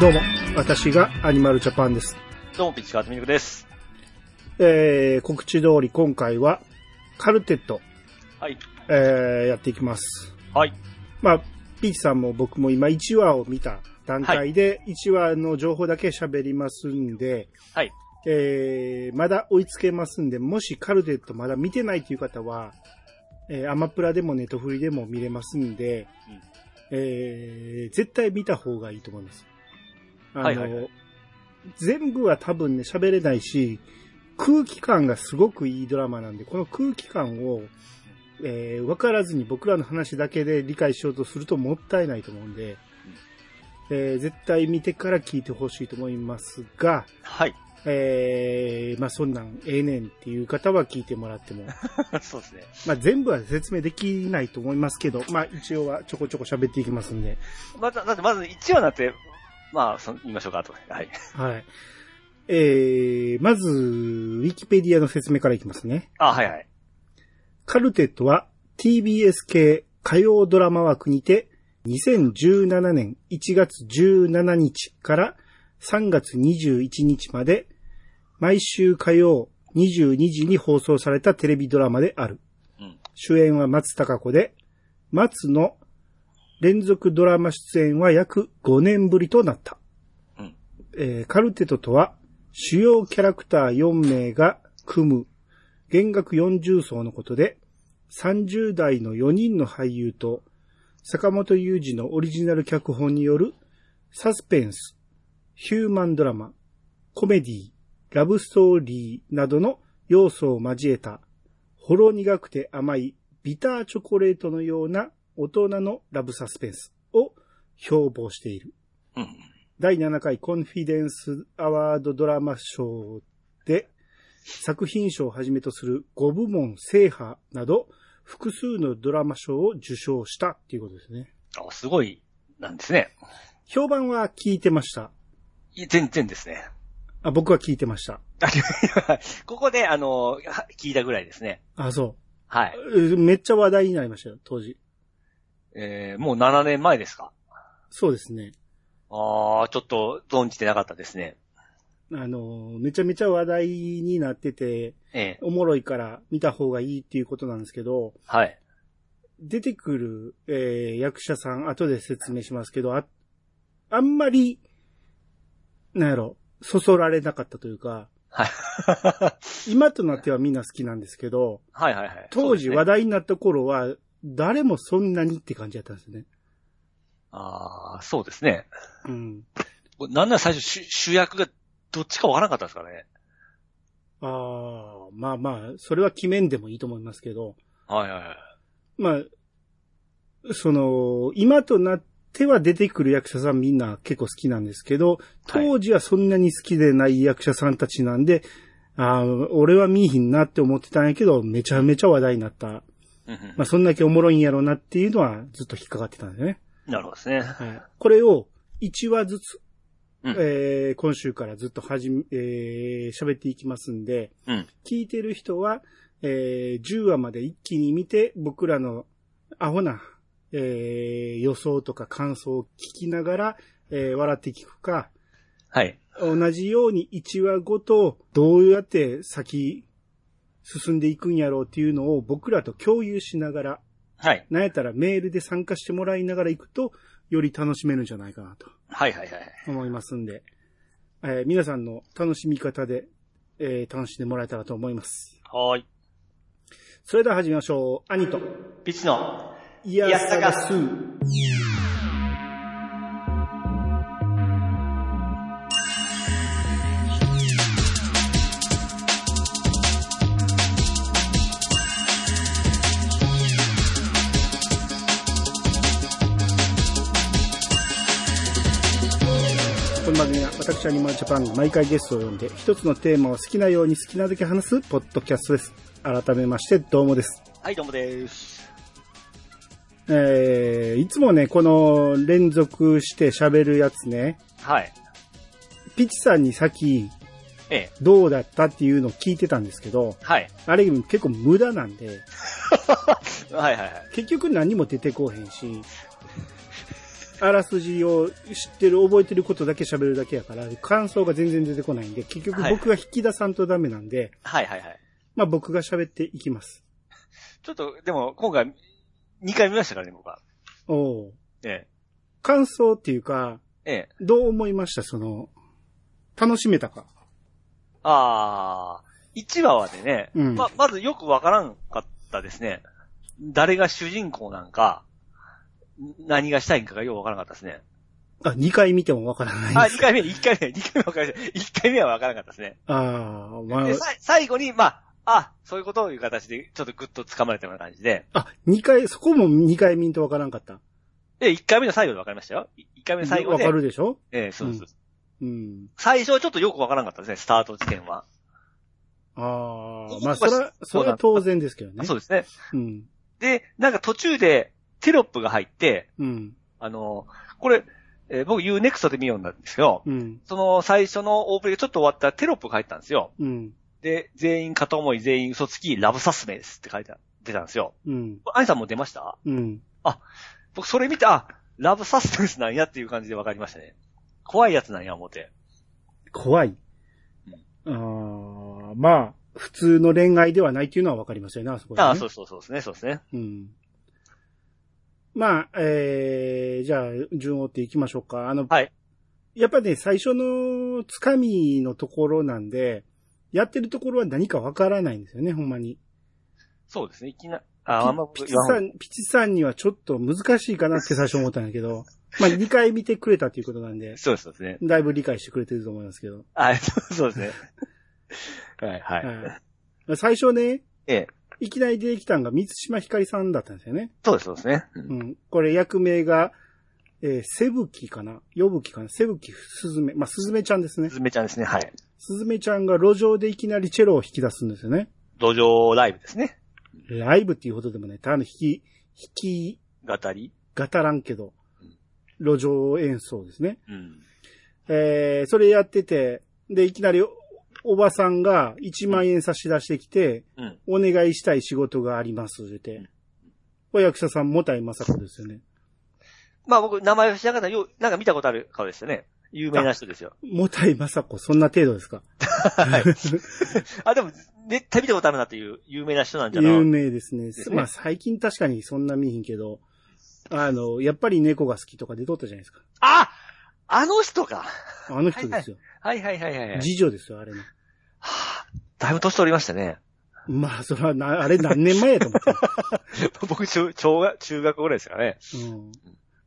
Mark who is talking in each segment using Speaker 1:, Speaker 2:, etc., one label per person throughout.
Speaker 1: どうも、私がアニマルジャパンです。
Speaker 2: どうも、ピッチカーズミルクです。
Speaker 1: えー、告知通り今回はカルテット、
Speaker 2: はい。
Speaker 1: えー、やっていきます。
Speaker 2: はい。
Speaker 1: まあ、ピーチさんも僕も今1話を見た段階で1話の情報だけ喋りますんで、
Speaker 2: はい。
Speaker 1: えー、まだ追いつけますんで、もしカルテットまだ見てないという方は、えー、アマプラでもネトフリでも見れますんで、
Speaker 2: うん
Speaker 1: えー、絶対見た方がいいと思います。あの、
Speaker 2: はいはいは
Speaker 1: 全部は多分ね、喋れないし、空気感がすごくいいドラマなんで、この空気感を、えー、わからずに僕らの話だけで理解しようとするともったいないと思うんで、えー、絶対見てから聞いてほしいと思いますが、
Speaker 2: はい。
Speaker 1: えー、まあそんなんええねんっていう方は聞いてもらっても、
Speaker 2: そうですね。
Speaker 1: まあ全部は説明できないと思いますけど、まあ一応はちょこちょこ喋っていきますんで、
Speaker 2: まず、だってまず1話なんて、まあ、その言いましょうか、と。はい。
Speaker 1: はい。えー、まず、ウィキペディアの説明からいきますね。
Speaker 2: あ、はいはい。
Speaker 1: カルテットは TBS 系火曜ドラマ枠にて2017年1月17日から3月21日まで毎週火曜22時に放送されたテレビドラマである。
Speaker 2: うん
Speaker 1: 主演は松たか子で、松の連続ドラマ出演は約5年ぶりとなった。
Speaker 2: うん
Speaker 1: えーカルテットとは主要キャラクター4名が組む弦楽40層のことで、30代の4人の俳優と、坂本雄二のオリジナル脚本による、サスペンス、ヒューマンドラマ、コメディ、ラブストーリーなどの要素を交えた、ほろ苦くて甘いビターチョコレートのような大人のラブサスペンスを標榜している。
Speaker 2: うん。
Speaker 1: 第7回コンフィデンスアワードドラマ賞で作品賞をはじめとする5部門制覇など複数のドラマ賞を受賞したっていうことですね。
Speaker 2: あ、すごい、なんですね。
Speaker 1: 評判は聞いてました。
Speaker 2: い全然ですね。
Speaker 1: あ、僕は聞いてました。
Speaker 2: あいやここで、あの、は聞いたぐらいですね。
Speaker 1: あ、そ
Speaker 2: はい。
Speaker 1: う。えめっちゃ話題になりましたよ、当時。
Speaker 2: えー、もう7年前ですか。
Speaker 1: そうですね。
Speaker 2: ああ、ちょっと存じてなかったですね。
Speaker 1: あの、めちゃめちゃ話題になってて、
Speaker 2: ええ
Speaker 1: おもろいから見た方がいいっていうことなんですけど、
Speaker 2: はい。
Speaker 1: 出てくる、えー役者さん、後で説明しますけど、あ、あんまり、なんやろ、そそられなかったというか、
Speaker 2: はい。
Speaker 1: 今となってはみんな好きなんですけど、
Speaker 2: はいはいはい。
Speaker 1: 当時話
Speaker 2: だ。
Speaker 1: 題になった頃は、誰もそんなにって感じだったんですね。
Speaker 2: ああ、そうですね。
Speaker 1: うん。
Speaker 2: なんなら最初主主役がどっちかわからなかったですからね。
Speaker 1: ああ、まあまあ、それは決めんでもいいと思いますけど、
Speaker 2: はいはいはい。
Speaker 1: まあ、その、今となっては出てくる役者さんみんな結構好きなんですけど、当時はそんなに好きでない役者さんたちなんで、あー俺は見いひんなって思ってたんやけど、めちゃめちゃ話題になった。
Speaker 2: うんうん
Speaker 1: まあ、そんだけおもろいんやろうなっていうのはずっと引っかかってたんだよね。
Speaker 2: なるほどですね。
Speaker 1: はい。これを1話ずつ、
Speaker 2: うん
Speaker 1: えー今週からずっと始め、えー喋っていきますんで、
Speaker 2: うん
Speaker 1: 聞いてる人は、えー10話まで一気に見て、僕らのアホな、えー予想とか感想を聞きながら、えー笑って聞くか、
Speaker 2: はい。
Speaker 1: 同じように1話ごとどうやって先進んでいくんやろうっていうのを僕らと共有しながら、
Speaker 2: はい。
Speaker 1: なんやったらメールで参加してもらいながら行くと、より楽しめるんじゃないかなと
Speaker 2: はいはいはい。
Speaker 1: 思いますんで、えー皆さんの楽しみ方で、えー楽しんでもらえたらと思います。
Speaker 2: はーい。
Speaker 1: それでは始めましょう。兄と、
Speaker 2: ピッチの。
Speaker 1: いや
Speaker 2: や
Speaker 1: 探す
Speaker 2: 探す。
Speaker 1: この番組は私アニマルジャパンが毎回ゲストを呼んで一つのテーマを好きなように好きなだけ話すポッドキャストです。改めましてどうもです。
Speaker 2: はい、どうもです。
Speaker 1: えー、いつもね、この連続して喋るやつね、
Speaker 2: はい。
Speaker 1: ピチさんにさっき
Speaker 2: ええ。
Speaker 1: どうだったっていうのを聞いてたんですけど、
Speaker 2: はい。
Speaker 1: あれ結構無駄なんで、
Speaker 2: はいはいはい。
Speaker 1: 結局何も出てこうへんし、あらすじを知ってる、覚えてることだけ喋るだけやから、感想が全然出てこないんで、結局
Speaker 2: はい
Speaker 1: 僕が引き出さんとダメなんで、
Speaker 2: はいはいはい。
Speaker 1: まあ僕が喋っていきます。
Speaker 2: ちょっと、でも、今回、2回見ましたからね、僕は。
Speaker 1: おう
Speaker 2: え
Speaker 1: 感想っていうか、
Speaker 2: え。ええ。
Speaker 1: どう思いましたその、楽しめたか。
Speaker 2: あー、1話はでね、
Speaker 1: うん
Speaker 2: ま、まずよくわからんかったですね。誰が主人公なんか、何がしたいんかがようわからなかったですね。
Speaker 1: あ、2回見てもわから
Speaker 2: あ、
Speaker 1: ないで
Speaker 2: 2
Speaker 1: す。
Speaker 2: 回目、1回目、2回目わからなかった。1回目はわからなかったですね。
Speaker 1: ああ、ま
Speaker 2: で、
Speaker 1: あ、
Speaker 2: さ最後に、まあ、あ、そういうことという形で、ちょっとグッと掴まれたような感じで。
Speaker 1: あ、2回、そこも2回見んとわからんかった。
Speaker 2: で、1回目の最後でわかりましたよ。1回目の最後
Speaker 1: わ
Speaker 2: で。
Speaker 1: かるでしょ
Speaker 2: ええ、そうです。
Speaker 1: うん。
Speaker 2: 最初はちょっとよくわからんかったですね、スタート時点は。
Speaker 1: あ
Speaker 2: こ
Speaker 1: あ、
Speaker 2: こ
Speaker 1: まあ、
Speaker 2: は
Speaker 1: それは、それは当然ですけどね。
Speaker 2: そうですね。
Speaker 1: うん。
Speaker 2: で、なんか途中でテロップが入って、
Speaker 1: うん。
Speaker 2: あの、これ、えー僕 UNEXT で見ようんだんですけど、
Speaker 1: うん。
Speaker 2: その最初のオープニングちょっと終わったらテロップが入ったんですよ。
Speaker 1: うん。
Speaker 2: で、全員片思い、全員嘘つき、ラブサスメですって書いてあ出たんですよ。
Speaker 1: うん。
Speaker 2: アニさんも出ました
Speaker 1: うん。
Speaker 2: 僕それ見て、あ、ラブサスペンスなんやっていう感じで分かりましたね。怖いやつなんや思って。
Speaker 1: 怖い。ああ、まあ、普通の恋愛ではないっていうのはわかりますよね、あそこでね
Speaker 2: ああ、そうそうそうですね、そうですね。
Speaker 1: うん。まあ、えー、じゃあ、順を追っていきましょうか。あの、
Speaker 2: はい
Speaker 1: やっぱね、最初のつかみのところなんで、やってるところは何かわからないんですよね、ほんまに。
Speaker 2: そうですね、いきな、あ、あんま
Speaker 1: ピピ
Speaker 2: 僕
Speaker 1: チ
Speaker 2: 言わん方
Speaker 1: さ
Speaker 2: が
Speaker 1: ん、ピチさんにはちょっと難しいかなって最初思ったんだけ ど、まあ、2回見てくれたということなんで、
Speaker 2: そうですそうですね。
Speaker 1: だいぶ理解してくれてると思いますけど。
Speaker 2: あ、 そうそうですね。はい、はい。
Speaker 1: はい、最初ね、
Speaker 2: ええ、
Speaker 1: いきなり出てきたのが水島ひかりさんだったんですよね。
Speaker 2: そうです、そうですね。うん
Speaker 1: うん。これ役名が、えー、セブキかなヨブキかなセブキスズメ。まあ、スズメちゃんですね
Speaker 2: す。ずめちゃんですね、はい。
Speaker 1: スズメちゃんが路上でいきなりチェロを弾き出すんですよね。
Speaker 2: 土壌ライブですね。
Speaker 1: ライブっていうほどでもね、ただの弾き、弾き
Speaker 2: 語り。
Speaker 1: 語らんけど、路上演奏ですね。
Speaker 2: うん。
Speaker 1: えー、それやってて、で、いきなりおおばさんが1万円差し出してきて、
Speaker 2: うん。
Speaker 1: お願いしたい仕事があります、言う
Speaker 2: う
Speaker 1: て
Speaker 2: ん。
Speaker 1: これ役者さん、もたいまさこですよね。
Speaker 2: まあ僕、名前を知らなかったらよう、なんか見たことある顔でしたね。有名な人ですよ。
Speaker 1: もたいまさこ、そんな程度ですか
Speaker 2: はい。あ、でも、絶対見たことあるなっていう有名な人なんじゃな
Speaker 1: 有
Speaker 2: い
Speaker 1: 名ですね。
Speaker 2: すね
Speaker 1: まあ最近確かにそんな見えへんけど、あの、やっぱり猫が好きとか出とったじゃないですか。
Speaker 2: ああの人か
Speaker 1: あの人ですよ。
Speaker 2: はいはいはいはいはい。
Speaker 1: 次女ですよ、あれの。
Speaker 2: はあだいぶ年取りましたね。
Speaker 1: まあ、それはな、あれ何年前やと思って。
Speaker 2: 僕、中、小学、中学ぐらいですからね。
Speaker 1: うん、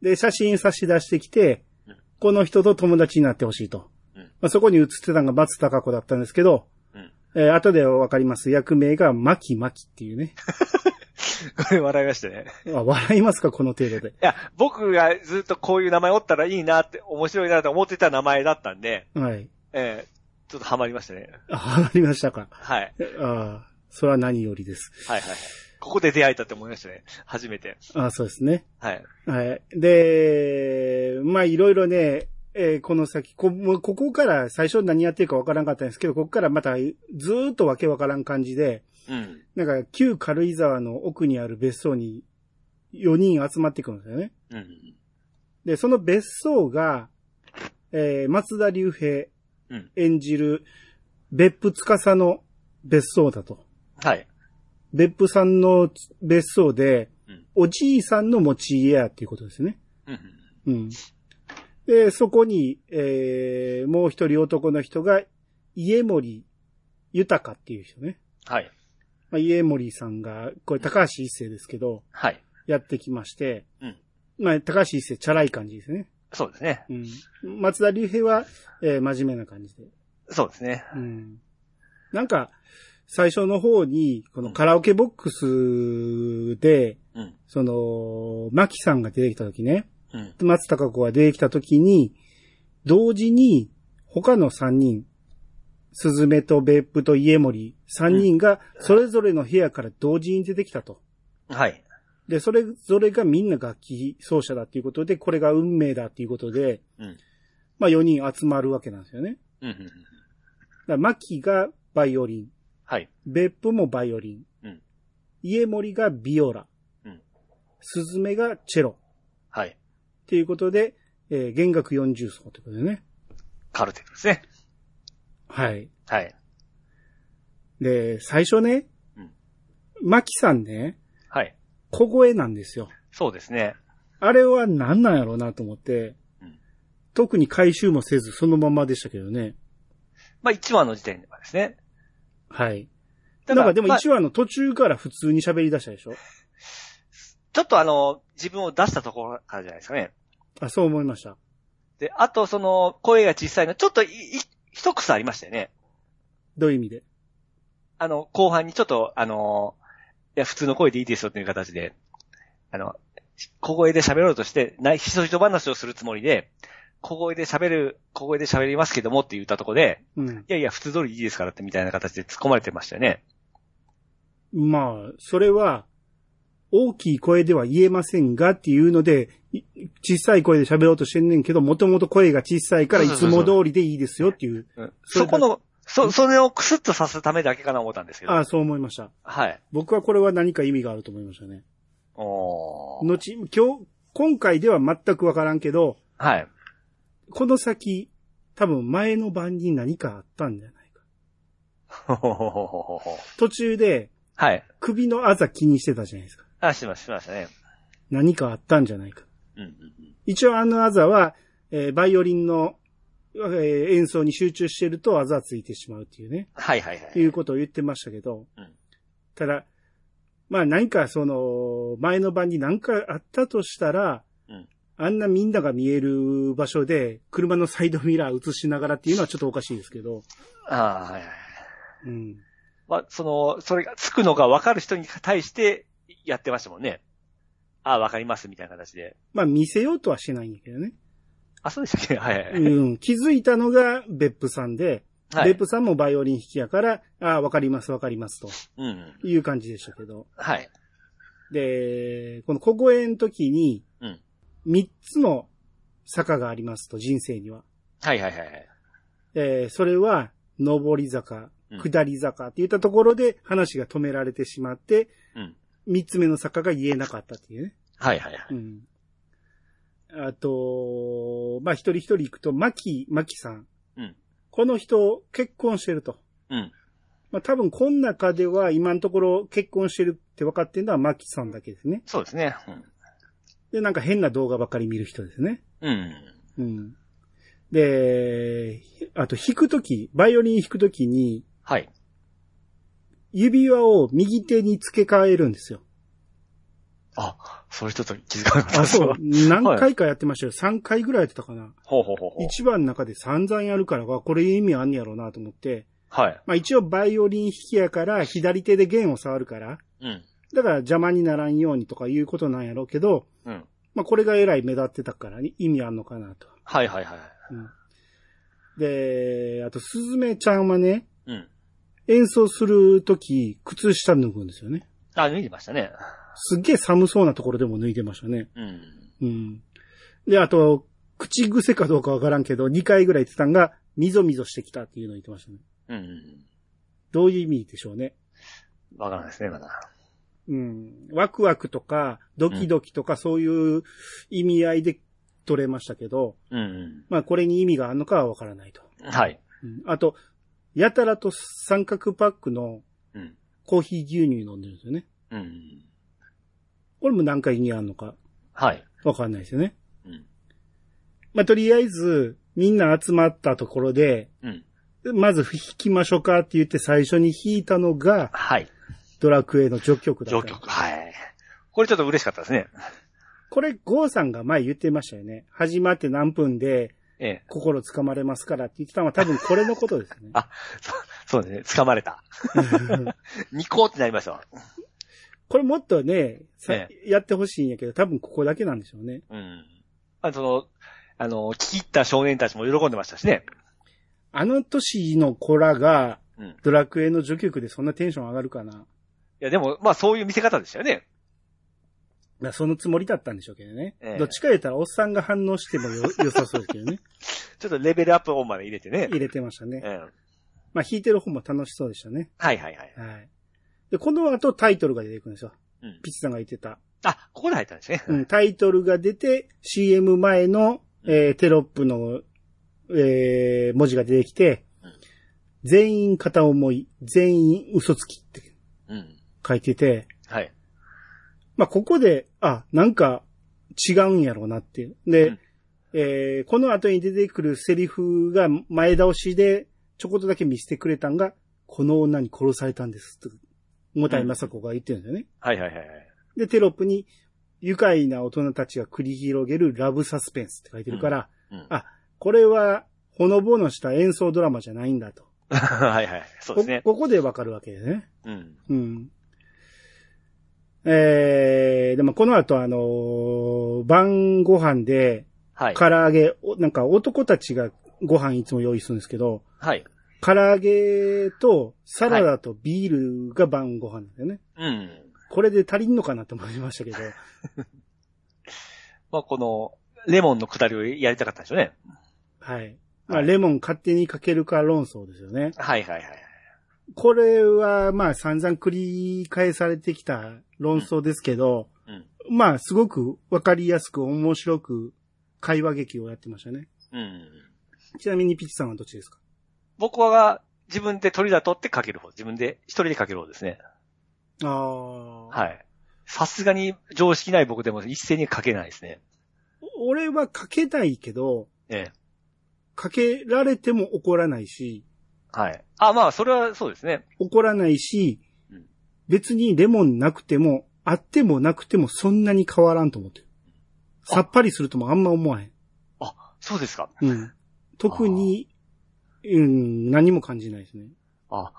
Speaker 1: で、写真差し出してきて
Speaker 2: うん、
Speaker 1: この人と友達になってほしいと。
Speaker 2: うん
Speaker 1: まあ、そこに写ってたのが松たか子だったんですけど、
Speaker 2: うん
Speaker 1: えー後でわかります。役名がマキマキっていうね。
Speaker 2: これ笑いましたね。
Speaker 1: あ笑いますか、この程度で。
Speaker 2: いや、僕がずっとこういう名前おったらいいなって、面白いなって思ってた名前だったんで、
Speaker 1: はい。
Speaker 2: ええちょっとハマりましたね。
Speaker 1: あ、わかりましたか。
Speaker 2: はい。
Speaker 1: ああ、それは何よりです。
Speaker 2: はいはいはい。ここで出会えたって思いましたね。初めて。
Speaker 1: あそうですね。
Speaker 2: はい。
Speaker 1: はい。で、まあいろいろね、えーこの先、こ、もうここから最初何やってるかわからんかったんですけど、ここからまたずーっとわけわからん感じで、
Speaker 2: うん。
Speaker 1: なんか旧軽井沢の奥にある別荘に4人集まってくるんですよね。
Speaker 2: うん。
Speaker 1: で、その別荘が、えー松田龍平
Speaker 2: うん
Speaker 1: 演じる別府司の別荘だと。
Speaker 2: はい。
Speaker 1: 別府さんの別荘で
Speaker 2: うん、
Speaker 1: おじいさんの持ち家やっていうことですね。
Speaker 2: うん。
Speaker 1: うん。で、そこに、えー、もう一人男の人が、家森豊っていう人ね。
Speaker 2: はい。
Speaker 1: まあ、家森さんが、これ高橋一生ですけど、
Speaker 2: はい。
Speaker 1: やってきまして、
Speaker 2: うん
Speaker 1: まあ、高橋一生チャラい感じですね。
Speaker 2: そうですね。
Speaker 1: うん。松田龍平は、えー真面目な感じで。
Speaker 2: そうですね。
Speaker 1: うん。なんか、最初の方に、このカラオケボックスで、
Speaker 2: うん。
Speaker 1: その、マキさんが出てきた時ね、
Speaker 2: うん。
Speaker 1: 松たか子が出てきた時に、同時に他の3人、スズメと別府と家森、3人がそれぞれの部屋から同時に出てきたと。
Speaker 2: はい。
Speaker 1: で、それぞれがみんな楽器奏者だっていうことで、これが運命だっていうことで、
Speaker 2: うん。
Speaker 1: まあ4人集まるわけなんですよね。
Speaker 2: うんうん。
Speaker 1: だからマキがバイオリン、
Speaker 2: はい。
Speaker 1: 別府もバイオリン、
Speaker 2: うん
Speaker 1: 家森がビオラ、
Speaker 2: うん
Speaker 1: スズメがチェロ
Speaker 2: はい。
Speaker 1: っということで、えー、弦楽40層ということでね。
Speaker 2: カルテットですね。
Speaker 1: はい。
Speaker 2: はい。
Speaker 1: で、最初ね
Speaker 2: うん、
Speaker 1: マキさんね、
Speaker 2: はい。
Speaker 1: 小声なんですよ。
Speaker 2: そうですね。
Speaker 1: あれは何なんやろうなと思って
Speaker 2: うん、
Speaker 1: 特に回収もせずそのままでしたけどね。
Speaker 2: まあ、1話の時点ではですね。
Speaker 1: はい。
Speaker 2: た
Speaker 1: なんかでも
Speaker 2: まあ
Speaker 1: 1話の途中から普通に喋り出したでしょ
Speaker 2: ちょっとあの、自分を出したところからじゃないですかね。
Speaker 1: あ、そう思いました。
Speaker 2: で、あとその、声が小さいの、ちょっとい、い、一癖ありましたよね。
Speaker 1: どういう意味で
Speaker 2: あの、後半にちょっと、あの、いや、普通の声でいいですよっていう形で、あの、小声で喋ろうとして、ない、ひそひと話をするつもりで、小声で喋る、小声で喋りますけどもって言ったところで、
Speaker 1: うん。
Speaker 2: いやいや、普通通りいいですからってみたいな形で突っ込まれてましたよね。
Speaker 1: まあ、それは、大きい声では言えませんがっていうので、い小さい声で喋ろうとしてんねんけど、もともと声が小さいからい
Speaker 2: そう
Speaker 1: つ
Speaker 2: そうそ
Speaker 1: も
Speaker 2: う
Speaker 1: 通りでいいですよっていう。
Speaker 2: うん
Speaker 1: それ
Speaker 2: そ
Speaker 1: だ
Speaker 2: この、そ、それをクスッとさすためだけかな思ったんですけど。
Speaker 1: ああ、そう思いました。
Speaker 2: はい。
Speaker 1: 僕はこれは何か意味があると思いましたね。
Speaker 2: おー
Speaker 1: 後、今日、今回では全くわからんけど、
Speaker 2: はい。
Speaker 1: この先、多分前の晩に何かあったんじゃないか。
Speaker 2: ほほほほほほ
Speaker 1: 途中で
Speaker 2: はい。
Speaker 1: 首のあざ気にしてたじゃないですか。
Speaker 2: あ、しました、しましたね。
Speaker 1: 何かあったんじゃないか。
Speaker 2: うんうんうん。
Speaker 1: 一応あのあざは、えーバイオリンの、えー演奏に集中してるとあざついてしまうっていうね、
Speaker 2: はいはいはい。
Speaker 1: いうことを言ってましたけど
Speaker 2: うん、
Speaker 1: ただ、まあ何かその、前の晩に何かあったとしたら
Speaker 2: うん、
Speaker 1: あんなみんなが見える場所で、車のサイドミラー映しながらっていうのはちょっとおかしいですけど、
Speaker 2: ああ、はいはい。
Speaker 1: うん。
Speaker 2: まあ、その、それがつくのが分かる人に対してやってましたもんね。ああ、分かります、みたいな形で。
Speaker 1: まあ見せようとはしてないんだけどね。
Speaker 2: あ、そうでしたっけはいはい。
Speaker 1: うん。気づいたのが別府さんで、
Speaker 2: は
Speaker 1: 別
Speaker 2: い。
Speaker 1: 府さんもバイオリン弾きやから、ああ、わかりますわかりますと
Speaker 2: うんうん。
Speaker 1: いう感じでしたけど。
Speaker 2: はい。
Speaker 1: で、この小声の時に
Speaker 2: うん、
Speaker 1: 三つの坂がありますと、人生には。
Speaker 2: はいはいはいはい。
Speaker 1: えーそれは、上り坂
Speaker 2: う、ん
Speaker 1: 下り坂って言ったところで話が止められてしまって、
Speaker 2: うん。
Speaker 1: 三つ目の坂が言えなかったっていうね。
Speaker 2: はいはいはい。
Speaker 1: うん。あと、まあ、一人一人行くと、牧、牧さん。
Speaker 2: うん
Speaker 1: この人、結婚してると。
Speaker 2: うん。
Speaker 1: まあ、多分、この中では今のところ結婚してるって分かってるのは牧さんだけですね。
Speaker 2: そうですね。うん。
Speaker 1: で、なんか変な動画ばっかり見る人ですね。
Speaker 2: うん。
Speaker 1: うん。で、あと弾くとき、バイオリン弾くときに、
Speaker 2: はい。
Speaker 1: 指輪を右手に付け替えるんですよ。
Speaker 2: あ、それちょっと気づかなかった
Speaker 1: あ、そう。何
Speaker 2: はい
Speaker 1: 回かやってましたよ。3回ぐらいやってたかな。
Speaker 2: ほうほうほうほう。
Speaker 1: 一番の中で散々やるからは、これ意味あんねやろうなと思って。
Speaker 2: はい。
Speaker 1: まあ一応バイオリン弾きやから、左手で弦を触るから、
Speaker 2: うん。
Speaker 1: だから邪魔にならんようにとかいうことなんやろうけど、
Speaker 2: うん。
Speaker 1: まあこれがえらい目立ってたから、ね、意味あんのかなと。
Speaker 2: はいはいはい。
Speaker 1: で、あと、すずめちゃんはね、
Speaker 2: うん。
Speaker 1: 演奏するとき、靴下脱ぐんですよね。
Speaker 2: あ、見てましたね。
Speaker 1: すっげえ寒そうなところでも脱いでましたね。
Speaker 2: うん。
Speaker 1: うん。で、あと、口癖かどうかわからんけど、2回ぐらい言ってたんが、みぞみぞしてきたっていうのを言ってましたね。
Speaker 2: うん。
Speaker 1: どういう意味でしょうね。
Speaker 2: わからないですね、まだ。
Speaker 1: うん。ワクワクとか、ドキドキとか、そういう意味合いで取れましたけど、
Speaker 2: うん。
Speaker 1: まあ、これに意味があるのかはわからないと。
Speaker 2: はい。
Speaker 1: うん。あと、やたらと三角パックの
Speaker 2: うん。
Speaker 1: コーヒー牛乳飲んでるんですよね。
Speaker 2: うん。
Speaker 1: これも何回にあるのか
Speaker 2: はい。
Speaker 1: わかんないですよね。
Speaker 2: うん。
Speaker 1: まあ、とりあえず、みんな集まったところで、
Speaker 2: うん。
Speaker 1: まず弾きましょうかって言って最初に弾いたのが、
Speaker 2: はい。
Speaker 1: ドラクエの序曲だ
Speaker 2: 上
Speaker 1: った。
Speaker 2: 曲。はい。これちょっと嬉しかったですね。
Speaker 1: これ、ゴーさんが前言ってましたよね。始まって何分で
Speaker 2: ええ。
Speaker 1: 心つかまれますからって言ってたのは多分これのことですね。
Speaker 2: あそうですね。掴まれた。ニコーってなりましたわ。
Speaker 1: これもっとね、さ
Speaker 2: え
Speaker 1: やってほしいんやけど、多分ここだけなんでしょうね。
Speaker 2: うん。あその、あの、聞き入った少年たちも喜んでましたしね。
Speaker 1: あの年の子らが
Speaker 2: うん、
Speaker 1: ドラクエの序曲でそんなテンション上がるかな。
Speaker 2: いや、でも、まあそういう見せ方でしたよね。
Speaker 1: まあそのつもりだったんでしょうけどね。
Speaker 2: ええ
Speaker 1: どっちか言ったらおっさんが反応してもよ良さそうですけど ね。
Speaker 2: ちょっとレベルアップ音まで入れてね。
Speaker 1: 入れてましたね
Speaker 2: う。ん。
Speaker 1: まあ弾いてる方も楽しそうでしたね。
Speaker 2: はいはいはい。
Speaker 1: はい。で、この後タイトルが出てくるんですよ。
Speaker 2: うん。
Speaker 1: ピッチさんが言ってた。
Speaker 2: あ、ここで入ったんですね。
Speaker 1: うん、タイトルが出て、CM 前の、えーテロップの、えー文字が出てきて
Speaker 2: うん、
Speaker 1: 全員片思い、全員嘘つきって
Speaker 2: うん。
Speaker 1: 書いてて、
Speaker 2: はい。
Speaker 1: まあ、ここで、あ、なんか違うんやろうなっていう。で、
Speaker 2: うん
Speaker 1: えーこの後に出てくるセリフが前倒しでちょこっとだけ見せてくれたんが、この女に殺されたんですと、重たいまさこが言ってるんですよね。
Speaker 2: はいはいはい はい。
Speaker 1: で、テロップに、愉快な大人たちが繰り広げるラブサスペンスって書いてるから、
Speaker 2: うん。
Speaker 1: あこれは、ほのぼのした演奏ドラマじゃないんだと。
Speaker 2: はいはい。そうですね。
Speaker 1: こここでわかるわけですね。
Speaker 2: うん。
Speaker 1: うん。えー、でもこの後あのー晩ご飯で、
Speaker 2: はい。
Speaker 1: 唐揚げ、おなんか男たちがご飯いつも用意するんですけど、
Speaker 2: はい。
Speaker 1: 唐揚げとサラダとビールが晩ご飯なんだよね。
Speaker 2: うん。
Speaker 1: これで足りんのかなと思いましたけど、
Speaker 2: まあ、この、レモンの下りをやりたかったんでしょうね。
Speaker 1: はい。まあ、レモン勝手にかけるか論争ですよね。
Speaker 2: はいはいはい。
Speaker 1: これは、まあ、散々繰り返されてきた論争ですけど、
Speaker 2: うん。
Speaker 1: まあ、すごくわかりやすく面白く会話劇をやってましたね。
Speaker 2: うん。
Speaker 1: ちなみにピチさんはどっちですか
Speaker 2: 僕は、自分で鳥だとってかける方。自分で、一人でかける方ですね。
Speaker 1: ああ、
Speaker 2: はい。さすがに常識ない僕でも一斉にかけないですね。
Speaker 1: 俺はかけないけど、
Speaker 2: ええ。
Speaker 1: かけられても怒らないし、
Speaker 2: はい。あ、まあ、それはそうですね。
Speaker 1: 怒らないし
Speaker 2: うん、
Speaker 1: 別にレモンなくても、あってもなくてもそんなに変わらんと思ってる。
Speaker 2: あ
Speaker 1: さっぱりするともあんま思わへん。
Speaker 2: そうですか。
Speaker 1: うん。特に、うん、何も感じないですね。
Speaker 2: あ、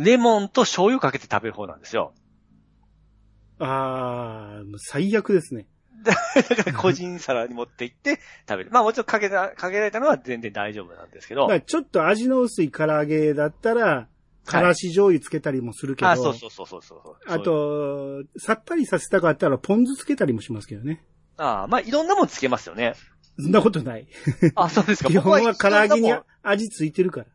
Speaker 2: レモンと醤油かけて食べる方なんで すよ。
Speaker 1: あー、もう最悪ですね。
Speaker 2: だから個人皿に持って行って食べる。まあもちろんかけた、かけられたのは全然大丈夫なんですけど。
Speaker 1: だか
Speaker 2: はい、
Speaker 1: らちょっと味の薄い唐揚げだったら、からし醤油つけたりもするけど、
Speaker 2: あ、そうそうそうそうそう。
Speaker 1: あ
Speaker 2: そういう、
Speaker 1: と、さっぱりさせたかったらポン酢つけたりもしますけどね。
Speaker 2: あまあいろんなもんつけますよね。
Speaker 1: そんなことない。
Speaker 2: あ、そうです か。
Speaker 1: 基本は唐揚げ
Speaker 2: 僕はいろん
Speaker 1: に
Speaker 2: なもん
Speaker 1: 味ついてるから。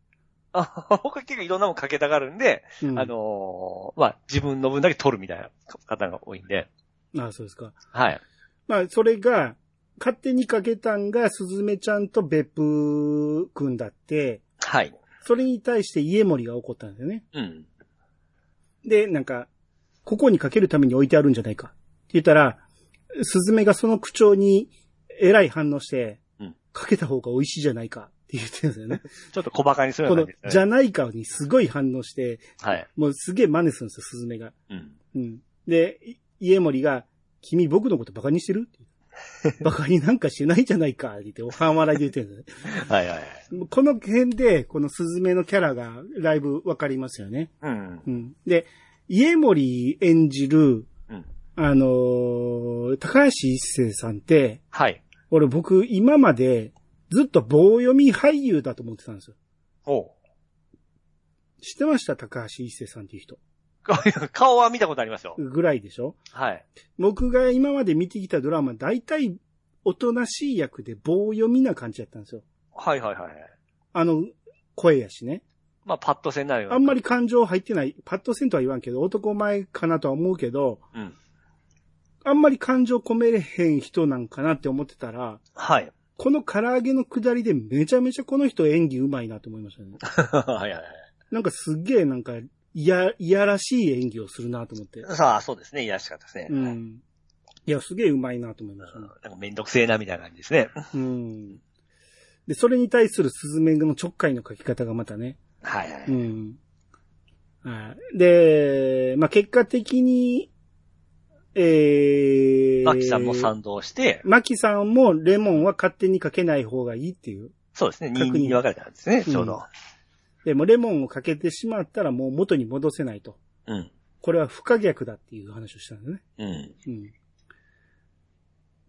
Speaker 2: あ、 僕は結構いろんなもんかけたがるんで、
Speaker 1: うん、
Speaker 2: あのーまあ自分の分だけ取るみたいな方が多いんで。
Speaker 1: あそうですか。
Speaker 2: はい。
Speaker 1: まあ、それが、勝手にかけたんが、すずめちゃんと別府くんだって、
Speaker 2: はい。
Speaker 1: それに対して家森が怒ったんだよね。
Speaker 2: うん。
Speaker 1: で、なんか、ここにかけるために置いてあるんじゃないか。って言ったら、スズメがその口調に、えらい反応して、
Speaker 2: うん
Speaker 1: かけた方が美味しいじゃないか。って言ってるんです よね。
Speaker 2: ちょっと小馬鹿にするよ
Speaker 1: こ
Speaker 2: うな
Speaker 1: の
Speaker 2: 感じ、
Speaker 1: じ
Speaker 2: ですね。
Speaker 1: ゃないかにすごい反応して、
Speaker 2: はい。
Speaker 1: もうすげえ真似するんですよ、スズメが。
Speaker 2: うん。
Speaker 1: うん。で、い家森が、君僕のことバカにしてるってバカになんかしてないじゃないか。って言って、お半笑いで言ってるんです
Speaker 2: はいはいはい。
Speaker 1: よねもうこの辺で、このスズメのキャラが、だいぶわかりますよね。
Speaker 2: うん
Speaker 1: う。ん。で、家森演じる、
Speaker 2: うん。
Speaker 1: あのー高橋一生さんって、
Speaker 2: はい。
Speaker 1: 俺僕今までずっと棒読み俳優だと思ってたんですよ。
Speaker 2: おう。
Speaker 1: 知ってました高橋一生さんっていう人。
Speaker 2: 顔は見たことありますよ。
Speaker 1: ぐらいでしょ
Speaker 2: はい。
Speaker 1: 僕が今まで見てきたドラマ、大体おとなしい役で棒読みな感じだったんですよ。
Speaker 2: はいはいはいはい。
Speaker 1: あの、声やしね。
Speaker 2: まあ、パッとせになるような。
Speaker 1: あんまり感情入ってない。パッとせんとは言わんけど、男前かなとは思うけど、
Speaker 2: うん。
Speaker 1: あんまり感情込めれへん人なんかなって思ってたら、
Speaker 2: はい。
Speaker 1: この唐揚げのくだりでめちゃめちゃこの人演技うまいなと思いましたね。
Speaker 2: はいはいはい。
Speaker 1: なんかすっげえなんか、いや、いやらしい演技をするなと思って。
Speaker 2: さあ、そうですね。いらっしゃかったですね。
Speaker 1: う
Speaker 2: はいうん
Speaker 1: ん。いや、すげえうまいなと思いましたね。
Speaker 2: なんかめんどくせえな、みたいな感じですね。
Speaker 1: うん。で、それに対するスズメのちょっかいの書き方がまたね。
Speaker 2: はいは
Speaker 1: う
Speaker 2: い。
Speaker 1: ん。はいで、まあ、結果的に、えー、
Speaker 2: マキさんも賛同して、
Speaker 1: マキさんもレモンは勝手にかけない方がいいっていう。
Speaker 2: そうですね。
Speaker 1: 確認
Speaker 2: 2人に分かれたんですね、
Speaker 1: うん
Speaker 2: ちょうど。
Speaker 1: でもレモンをかけてしまったらもう元に戻せないと。
Speaker 2: うん。
Speaker 1: これは不可逆だっていう話をしたんだね。
Speaker 2: うん。
Speaker 1: うん。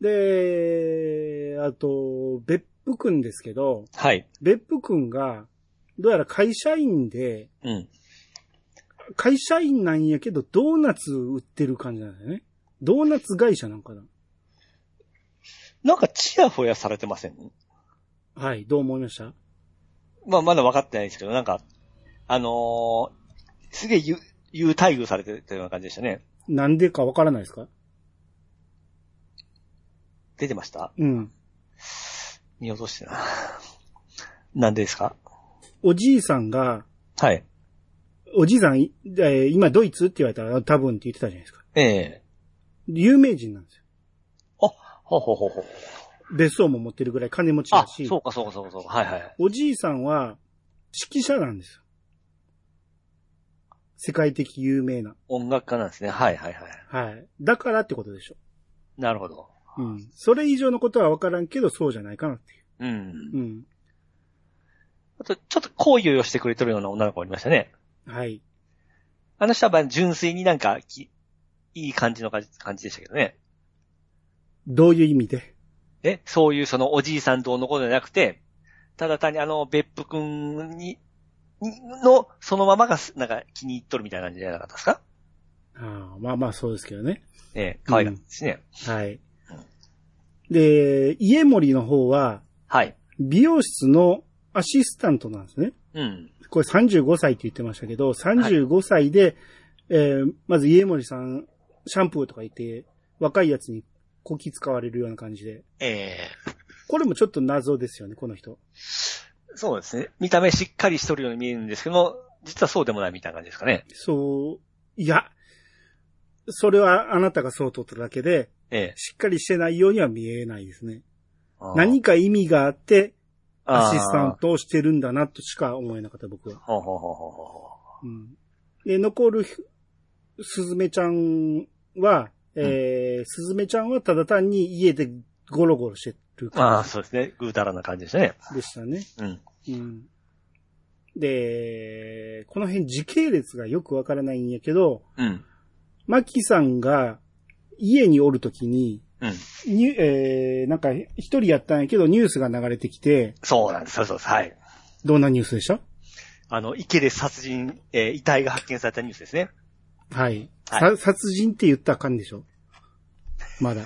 Speaker 1: で、あと、別府くんですけど、
Speaker 2: はい。
Speaker 1: 別府くんが、どうやら会社員で、
Speaker 2: うん。
Speaker 1: 会社員なんやけど、ドーナツ売ってる感じなんだよね。ドーナツ会社なんかな。
Speaker 2: なんか、チヤホヤされてません
Speaker 1: はい、どう思いました
Speaker 2: まあ、まだ分かってないですけど、なんか、あのーすげえ優優待遇されてるような感じでしたね。
Speaker 1: なんでかわからないですか
Speaker 2: 出てました
Speaker 1: うん。
Speaker 2: 見落としてな。 なんでですか
Speaker 1: おじいさんが、
Speaker 2: はい。
Speaker 1: おじいさん、いえー今ドイツって言われたら多分って言ってたじゃないですか。
Speaker 2: ええ
Speaker 1: 有名人なんですよ。
Speaker 2: ほうほうほうほう。
Speaker 1: 別荘も持ってるぐらい金持ち
Speaker 2: あ
Speaker 1: だ、し
Speaker 2: そ、うかそうかそうかそうか。はいはい。
Speaker 1: おじいさんは指揮者なんですよ。世界的有名な。
Speaker 2: 音楽家なんですね。はいはいはい。
Speaker 1: はい。だからってことでしょ。
Speaker 2: なるほど。
Speaker 1: うん。それ以上のことは分からんけど、そうじゃないかなっていうう。
Speaker 2: ん。
Speaker 1: うん。
Speaker 2: あと、ちょっと好意をしてくれてるような女の子がいましたね。
Speaker 1: はい。
Speaker 2: あの人はまあ純粋になんかき、いい感じの感じ感じでしたけどね。
Speaker 1: どういう意味で
Speaker 2: え、そういうそのおじいさんどうのことじゃなくて、ただ単にあの別府くんに、にの、そのままがす、なんか気に入っとるみたいな感じじゃなかったですか
Speaker 1: ああ、まあまあそうですけどね。
Speaker 2: ええ、可愛かったですね。
Speaker 1: はい。で、家森の方は、
Speaker 2: はい。
Speaker 1: 美容室のアシスタントなんですね。
Speaker 2: うん。
Speaker 1: これ35歳って言ってましたけど、35歳で、えーまず家森さん、シャンプーとか言って、若いやつにこき使われるような感じで。
Speaker 2: ええ
Speaker 1: これもちょっと謎ですよね、この人。
Speaker 2: そうですね。見た目しっかりしとるように見えるんですけども、実はそうでもないみたいな感じですかね。
Speaker 1: そう、いや、それはあなたがそうとっただけで、
Speaker 2: ええ。
Speaker 1: しっかりしてないようには見えないですね。
Speaker 2: あー
Speaker 1: 何か意味があって、アシスタン
Speaker 2: あ
Speaker 1: トをしてるんだなとしか思えなかった、僕は
Speaker 2: ー。ほうほうほうほうほうほ
Speaker 1: うんで、残るひ、すずめちゃんは、えー、すずめちゃんはただ単に家でゴロゴロしてる
Speaker 2: う。ああ、
Speaker 1: 感
Speaker 2: そうですね。ぐうたらな感じでしたね。
Speaker 1: じでしたね。
Speaker 2: う
Speaker 1: う
Speaker 2: ん。
Speaker 1: ん。で、この辺時系列がよくわからないんやけど、
Speaker 2: うん。
Speaker 1: マキさんが家におるときに、
Speaker 2: うん。
Speaker 1: にえー、なんか一人やったんやけどニュースが流れてきて、
Speaker 2: そうなんです。そうそうです。はい。
Speaker 1: どんなニュースでした
Speaker 2: あの、池で殺人、えー遺体が発見されたニュースですね。
Speaker 1: はい。
Speaker 2: は
Speaker 1: さ殺人って言ったらあかんでしょまだ。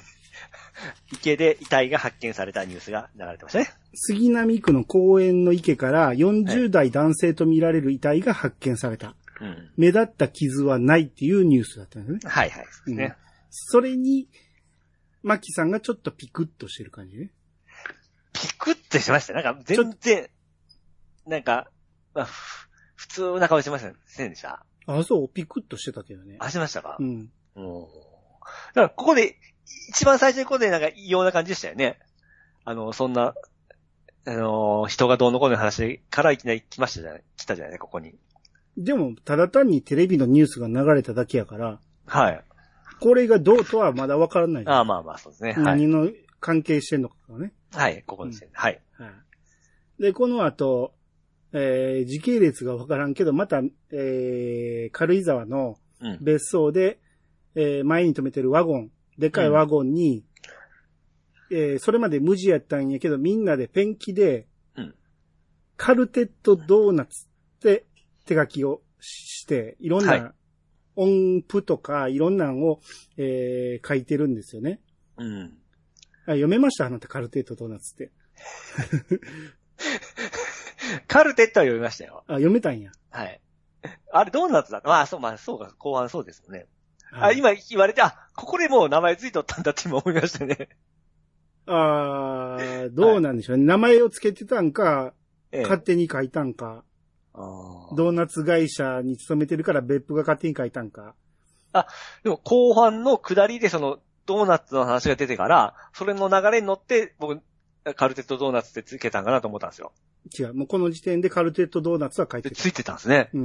Speaker 2: 池で遺体が発見されたニュースが流れてましたね。
Speaker 1: 杉並区の公園の池から40代男性と見られる遺体が発見された。
Speaker 2: うん。
Speaker 1: 目立った傷はないっていうニュースだったんですね。
Speaker 2: はいはい。そうですね。
Speaker 1: それに、マキさんがちょっとピクッとしてる感じね。
Speaker 2: ピクってしました。なんか全然、なんか、まあ、ふ普通な顔してませんでした。
Speaker 1: あ、そう、ピクッとしてたけどね。
Speaker 2: あ、してましたか
Speaker 1: うん。
Speaker 2: うん。だから、ここで、一番最初にここでなんか異様な感じでしたよね。あの、そんな、あのー、人がどうのこうの話からいきなり来ましたじゃない、来たじゃない、ここに。
Speaker 1: でも、ただ単にテレビのニュースが流れただけやから、
Speaker 2: はい。
Speaker 1: これがどうとはまだわからない。
Speaker 2: ああ、まあまあ、そうですね。は
Speaker 1: 何
Speaker 2: い。
Speaker 1: の関係してんのかとかね。
Speaker 2: はい、ここですね。はい。
Speaker 1: はい。で、この後、えー時系列がわからんけど、また、えー軽井沢の、
Speaker 2: うん。
Speaker 1: 別荘で、えー前に止めてるワゴン、でかいワゴンに、えーそれまで無地やったんやけど、みんなでペンキで、
Speaker 2: うん
Speaker 1: カルテットドーナツって手書きをしして、いろん
Speaker 2: はい
Speaker 1: な音符とか、いろんなんを、えー書いてるんですよね。
Speaker 2: うん。
Speaker 1: あ読めましたあなたカルテットドーナツって。
Speaker 2: カルテットは読みましたよ。
Speaker 1: あ、読めたんや。
Speaker 2: はい。あれ、ドーナツだったまあ、そう、まあ、そうか、後半そうですもんね。
Speaker 1: は
Speaker 2: あ、
Speaker 1: い。
Speaker 2: 今言われて、あ、ここでもう名前ついとったんだって今思い ましたね。
Speaker 1: あーどうなんでしょうね。名前を付けてたんか、
Speaker 2: ええ。
Speaker 1: 勝手に書いたんか。
Speaker 2: あー
Speaker 1: ドーナツ会社に勤めてるから別府が勝手に書いたんか。
Speaker 2: でも後半の下りでそのドーナツの話が出てから、それの流れに乗って僕、カルテットドーナツってつけたんかなと思ったんですよ。
Speaker 1: 違う。もうこの時点でカルテットドーナツは書い
Speaker 2: で、
Speaker 1: てた。
Speaker 2: ついてたんですね。
Speaker 1: うん。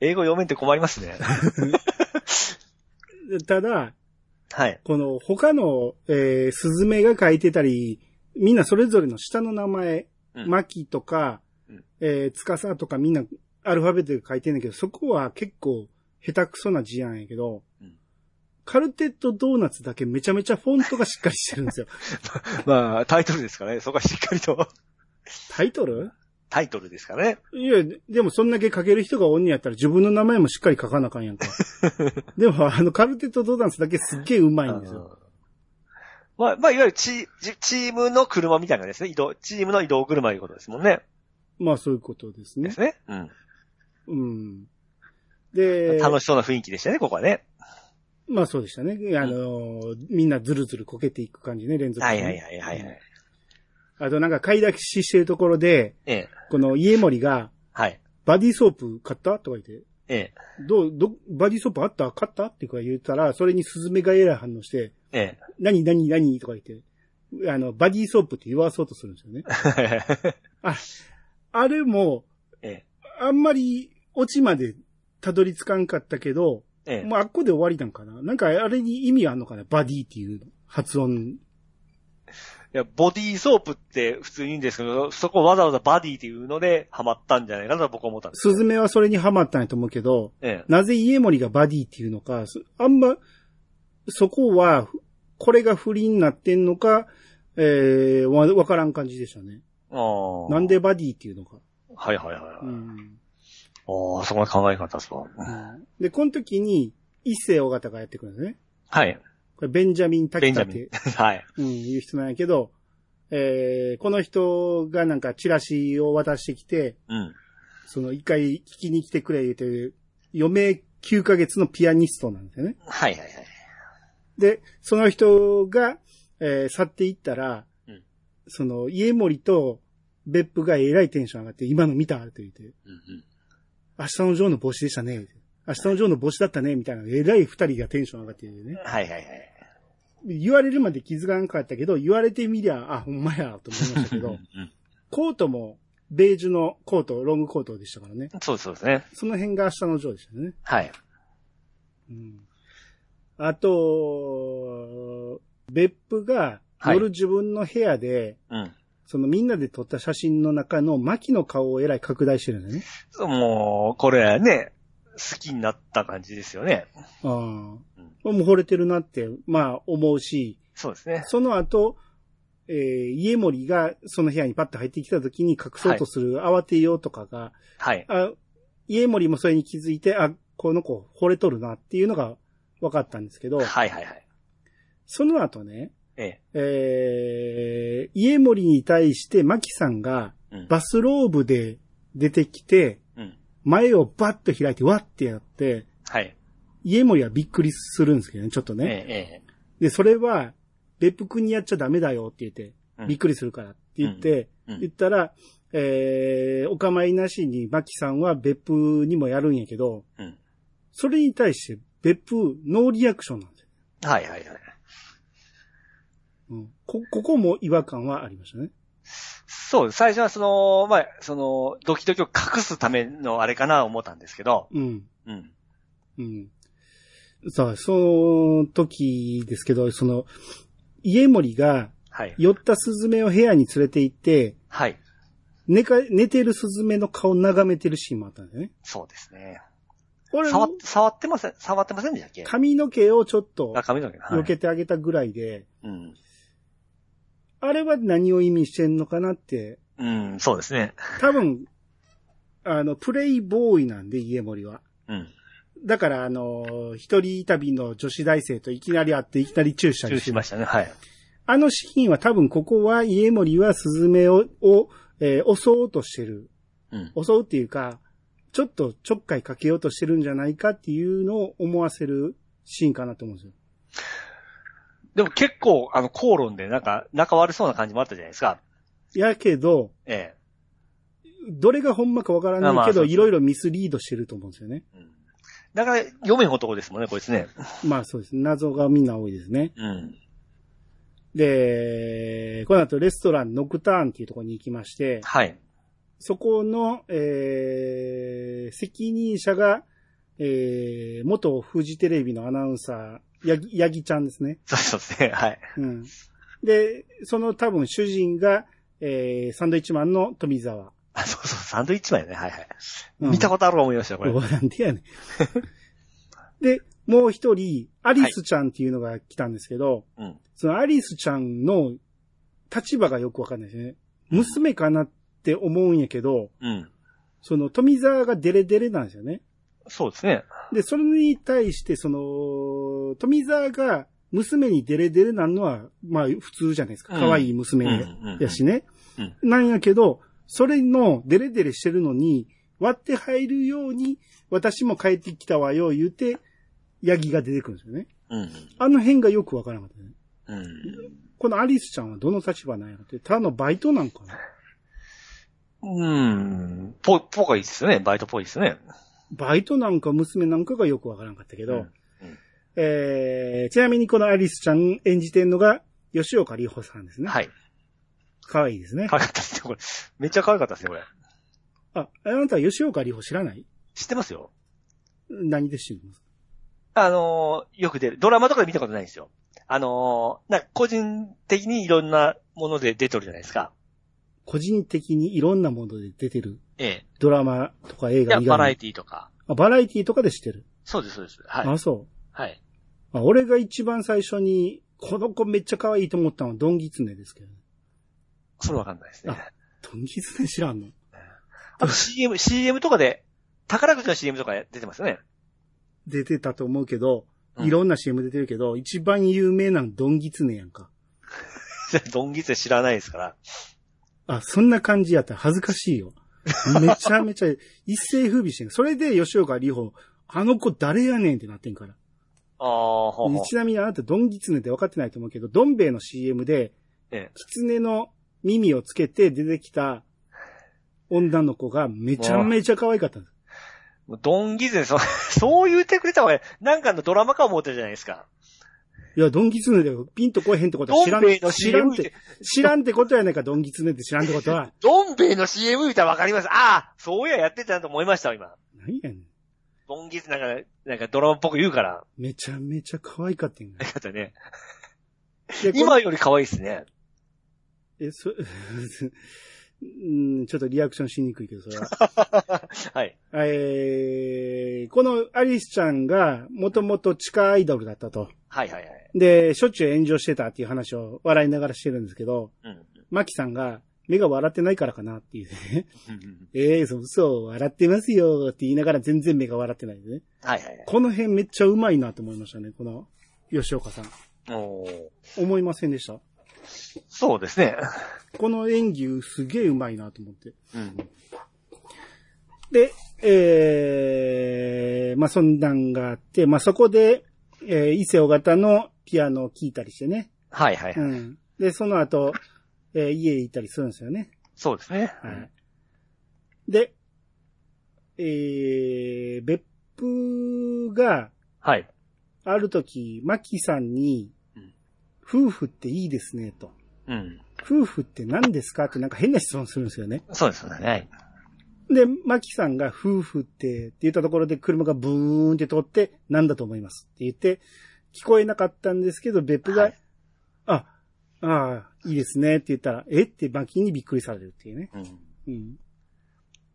Speaker 2: 英語読めんって困 りますね。
Speaker 1: ただ、
Speaker 2: はい。
Speaker 1: この他の、えー、スズメが書いてたり、みんなそれぞれの下の名前、
Speaker 2: うん
Speaker 1: マキとか
Speaker 2: うん、
Speaker 1: えー、つかさとかみんなアルファベットで書いてんだけど、そこは結構下手くそな字なんやけど
Speaker 2: うん、
Speaker 1: カルテットドーナツだけめちゃめちゃフォントがしっかりしてるんですよ。
Speaker 2: まあ、タイトルですからね。そこはしっかりと。
Speaker 1: タイトル
Speaker 2: タイトルですからね。
Speaker 1: いや、でもそんだけ書ける人がおんねやったら自分の名前もしっかり書かなあかん やんか。でもあのカルテットドーナツだけすっげえうまいんですよ。
Speaker 2: あのまあ、まあ、いわゆるチチチームの車みたいなですね。移動、チームの移動車ということですもんね。
Speaker 1: まあそういうことです
Speaker 2: で
Speaker 1: ね
Speaker 2: す。ね。うん。
Speaker 1: うん。で、
Speaker 2: 楽しそうな雰囲気でしたね、ここはね。
Speaker 1: まあそうでしたね。あのー、みんなずるずるこけていく感じね、連続
Speaker 2: は
Speaker 1: でね
Speaker 2: いはいはいはいはい。
Speaker 1: あとなんか買い出ししてるところで、
Speaker 2: ええ。
Speaker 1: この家森が、
Speaker 2: はい。
Speaker 1: バディソープ買ったとか言って、
Speaker 2: ええ。
Speaker 1: どう、ど、バディソープあった買ったって言ったら、それにスズメがえらい反応して、
Speaker 2: え え。
Speaker 1: 何何何とか言って、あの、バディソープって言わそうとするんですよね。あれも、
Speaker 2: え
Speaker 1: あんまり、オチまでたどり着かんかったけど、
Speaker 2: え。ええ。
Speaker 1: もうあっこで終わりなんかななんかあれに意味あんのかなバディっていう発音。
Speaker 2: いや、ボディーソープって普通にいいんですけど、そこわざわざバディっていうのでハマったんじゃないかなと僕は思ったんです。
Speaker 1: スズメはそれにハマったんやと思うけど、
Speaker 2: え
Speaker 1: なぜ家森がバディっていうのか、そあんま、そこは、これが不倫になってんのか、えー、わ、わからん感じでしたね。
Speaker 2: え。ああ。
Speaker 1: なんでバディっていうのか。
Speaker 2: はいはいはい。はい
Speaker 1: うん。
Speaker 2: ああ、そこまで考え方ですわ。うん
Speaker 1: で、この時に、一世尾形がやってくるんですね。
Speaker 2: はい。
Speaker 1: これ、ベンジャミン・タキタっ
Speaker 2: ベン
Speaker 1: て、
Speaker 2: はい。
Speaker 1: うん、いう人なんやけど、えー、この人がなんかチラシを渡してきて、
Speaker 2: うん。
Speaker 1: その一回聞きに来てくれ言うて、余命9ヶ月のピアニストなんですよね。
Speaker 2: はいはいはい。
Speaker 1: で、その人が、えー去っていったら、
Speaker 2: うん
Speaker 1: その、家森と別府がえらいテンション上がって、今の見たって言って、
Speaker 2: うんうん。
Speaker 1: 明日のジョーの帽子でしたね。明日のジョーの帽子だったね、みたいな。えらい二人がテンション上がってるね。
Speaker 2: はいはいはい。
Speaker 1: 言われるまで気づかなかったけど、言われてみりゃ、あ、ほんまや、と思いましたけ
Speaker 2: うんう
Speaker 1: ど、
Speaker 2: ん
Speaker 1: コートも、ベージュのコート、ロングコートでしたからね。
Speaker 2: そうですそうですね。
Speaker 1: その辺が明日のジョーでしたね。
Speaker 2: はい。
Speaker 1: うん。あと、別府が、
Speaker 2: はい
Speaker 1: 夜自分の部屋で、
Speaker 2: うん。
Speaker 1: そのみんなで撮った写真の中の牧の顔をえらい拡大してるんだよね。
Speaker 2: そうもう、これね、好きになった感じですよね。
Speaker 1: ああ。もう惚れてるなって、まあ思うし、
Speaker 2: そうですね。
Speaker 1: その後、えー家森がその部屋にパッと入ってきた時に隠そうとする慌てようとかが、
Speaker 2: はい。
Speaker 1: あ家森もそれに気づいて、あ、この子惚れとるなっていうのが分かったんですけど
Speaker 2: はい、はいはい。
Speaker 1: その後ね、
Speaker 2: ええ。
Speaker 1: えー家森に対して牧さんが
Speaker 2: うん。
Speaker 1: バスローブで出てきて、
Speaker 2: うん。
Speaker 1: 前をバッと開いて、わってやって、
Speaker 2: はい。
Speaker 1: 家森はびっくりするんですけどね、ちょっと
Speaker 2: ええ、
Speaker 1: ね。
Speaker 2: え
Speaker 1: で、それは、別府君にやっちゃダメだよって言って
Speaker 2: う、ん
Speaker 1: びっくりするからって言って、
Speaker 2: え。うん
Speaker 1: 言ったら、えー、お構いなしに、マキさんは別府にもやるんやけど、
Speaker 2: うん。
Speaker 1: それに対して、別府、ノーリアクションなんですよ。
Speaker 2: はいはいはい。
Speaker 1: うん、こ、ここも違和感はありましたね。
Speaker 2: そうです。最初はその、まあ、その、ドキドキを隠すためのあれかな思ったんですけど、
Speaker 1: うん。
Speaker 2: うん。
Speaker 1: うん。さあ、その時ですけど、その、家森が、
Speaker 2: はい。
Speaker 1: 寄ったスズメを部屋に連れて行って、
Speaker 2: はい。
Speaker 1: 寝か、寝てるスズメの顔を眺めてるシーンもあったんだよね。
Speaker 2: そうですね。
Speaker 1: 俺
Speaker 2: 触
Speaker 1: も
Speaker 2: っ、触ってません、触ってませんでしたっけ
Speaker 1: 髪の毛をちょっと
Speaker 2: あ、髪の毛。はい
Speaker 1: 避けてあげたぐらいで、
Speaker 2: うん。
Speaker 1: あれは何を意味してんのかなって、
Speaker 2: うん、そうですね。
Speaker 1: 多分、あの、プレイボーイなんで、家森は。
Speaker 2: うん。
Speaker 1: だから、あの、一人旅の女子大生といきなり会って、いきなりチューした
Speaker 2: 中止
Speaker 1: りし
Speaker 2: してましたね。はい。
Speaker 1: あのシーンは多分ここは家森はスズメを、をえー襲おうとしてる。
Speaker 2: うん。
Speaker 1: 襲うっていうか、ちょっとちょっかいかけようとしてるんじゃないかっていうのを思わせるシーンかなと思うんですよ。
Speaker 2: でも結構、あの、口論で、なんか、仲悪そうな感じもあったじゃないですか。
Speaker 1: やけど、
Speaker 2: え
Speaker 1: どれがほんまかわから
Speaker 2: あま
Speaker 1: ない
Speaker 2: あ
Speaker 1: け
Speaker 2: そう
Speaker 1: ど、
Speaker 2: そう
Speaker 1: いろいろミスリードしてると思うんですよね。
Speaker 2: え。うん。だから、読めん男ですもんね、こいつね。
Speaker 1: まあそうです。謎がみんな多いですね。
Speaker 2: うん。
Speaker 1: で、この後レストランノクターンっていうところに行きまして、
Speaker 2: はい。
Speaker 1: そこの、えー、責任者が、えー、元フジテレビのアナウンサー、ヤギ、ヤギちゃんですね。
Speaker 2: そうそうですね。はい。
Speaker 1: うん。で、その多分主人が、えー、サンドイッチマンの富澤。
Speaker 2: あ、そうそう、サンドイッチマンやね。はいはい。
Speaker 1: うん
Speaker 2: 見たことあると思いましたよ、これ。
Speaker 1: おなん でやねん。で、もう一人、アリスちゃんっていうのが来たんですけど、
Speaker 2: うん。
Speaker 1: そのアリスちゃんの立場がよくわかんないですね。娘かなって思うんやけど、
Speaker 2: うん。
Speaker 1: その富澤がデレデレなんですよね。
Speaker 2: そうですね。
Speaker 1: で、それに対して、その、富澤が娘にデレデレなんのは、まあ普通じゃないですか。
Speaker 2: うん
Speaker 1: 可愛い娘で。
Speaker 2: うん
Speaker 1: やしね。
Speaker 2: うん
Speaker 1: なんやけど、それのデレデレしてるのに、割って入るように、私も帰ってきたわよ、言うて、ヤギが出てくるんですよね。
Speaker 2: うん。
Speaker 1: あの辺がよくわからなかったね。
Speaker 2: うん。
Speaker 1: このアリスちゃんはどの立場なんやろって、ただのバイトなんかな
Speaker 2: うん。ぽ、ぽがいいですよね。バイトっぽいですよね。
Speaker 1: バイトなんか娘なんかがよくわからなかったけど、
Speaker 2: うんうん
Speaker 1: えー、ちなみにこのアリスちゃん演じてんのが、吉岡里帆さんですね。
Speaker 2: はい。
Speaker 1: 可愛いですね。
Speaker 2: 可愛かったですね、これ。めっちゃ可愛かったですね、これ。
Speaker 1: あ、あなたは吉岡里帆知らない
Speaker 2: 知ってますよ
Speaker 1: 何で知ってます
Speaker 2: あのーよく出る。ドラマとかで見たことないんですよ。あのーなんか個人的にいろんなもので出てるじゃないですか。
Speaker 1: 個人的にいろんなもので出てる
Speaker 2: え
Speaker 1: ドラマとか
Speaker 2: え。
Speaker 1: 映
Speaker 2: い
Speaker 1: 画
Speaker 2: や、
Speaker 1: 以
Speaker 2: バラエ
Speaker 1: 外
Speaker 2: ティとか。
Speaker 1: あバラエティとかで知ってる。
Speaker 2: そうです、そうです。はい。
Speaker 1: あ、そ
Speaker 2: はい。
Speaker 1: う。あ俺が一番最初に、この子めっちゃ可愛いと思ったのはドンギツネですけど、ね、
Speaker 2: それわかんないですね。
Speaker 1: ドンギツネ知らんの
Speaker 2: あと CM、CM とかで、宝くじの CM とか出てますよね。
Speaker 1: 出てたと思うけど、
Speaker 2: うん
Speaker 1: いろんな CM 出てるけど、一番有名なのドンギツネやんか。
Speaker 2: ドンギツネ知らないですから。
Speaker 1: あ、そんな感じやったら恥ずかしいよ。めちゃめちゃ一世風靡してんそれで吉岡里帆、あの子誰やねんってなってんから。
Speaker 2: ああ、ほうほう。
Speaker 1: ちなみにあなたドンギツネって分かってないと思うけど、ドンベイの CM で、
Speaker 2: ええ
Speaker 1: キツネの耳をつけて出てきた女の子がめちゃめちゃ可愛かったんです。
Speaker 2: もうドンギツネ、そ そう言ってくれた方が、なんかのドラマか思ってるじゃないですか。
Speaker 1: いや、ドンギツネでピンとこえへんってことは
Speaker 2: ド
Speaker 1: 知ら
Speaker 2: ン
Speaker 1: ん、
Speaker 2: ベイの
Speaker 1: 知らん
Speaker 2: CM
Speaker 1: っ
Speaker 2: 見て
Speaker 1: て、、知らんってことやないか、ドンギツネって知らんってことは。
Speaker 2: ドンベイの CM 見たらわかります。ああ、そういややってたなと思いました、今。
Speaker 1: 何やねん。
Speaker 2: ドンギツネなんか、なんかドラマっぽく言うから。
Speaker 1: めちゃめちゃ可愛かった んや。
Speaker 2: だってね。
Speaker 1: でこれ
Speaker 2: 今より可愛いですね。
Speaker 1: え、そ、 うん、ちょっとリアクションしにくいけど、それ は。
Speaker 2: はい。
Speaker 1: えー、このアリスちゃんが、もともと地下アイドルだったと。
Speaker 2: はいはいはい。
Speaker 1: で、しょっちゅう炎上してたっていう話を笑いながらしてるんですけど、
Speaker 2: うん。
Speaker 1: マキさんが、目が笑ってないからかなっていうね。
Speaker 2: うん
Speaker 1: えー、そう、嘘、笑ってますよって言いながら全然目が笑ってないですね。
Speaker 2: はいはい
Speaker 1: この辺めっちゃうまいなと思いましたね、この、吉岡さん。
Speaker 2: はい。おー
Speaker 1: 思いませんでした
Speaker 2: そうですね。
Speaker 1: この演技すげえうまいなと思って。
Speaker 2: うん。
Speaker 1: で、えー、まあ、そんなんがあって、まあ、そこで、えー、伊勢尾形のピアノを聴いたりしてね。
Speaker 2: はいはいは
Speaker 1: う
Speaker 2: い。
Speaker 1: ん。で、その後、えー家へ行ったりするんですよね。
Speaker 2: そうですね。
Speaker 1: はい。で、えー、別府が
Speaker 2: はい。
Speaker 1: ある時、マキさんに
Speaker 2: うん、
Speaker 1: 夫婦っていいですね、と。
Speaker 2: うん。
Speaker 1: 夫婦って何ですかってなんか変な質問するんですよね。
Speaker 2: そうですよね。はい。
Speaker 1: で、マキさんが夫婦って、って言ったところで車がブーンって通って、なんだと思いますって言って、聞こえなかったんですけど、別府が、
Speaker 2: はい
Speaker 1: あ、ああ、いいですねって言ったら、えってマキにびっくりされるっていうね。
Speaker 2: うん。
Speaker 1: うん。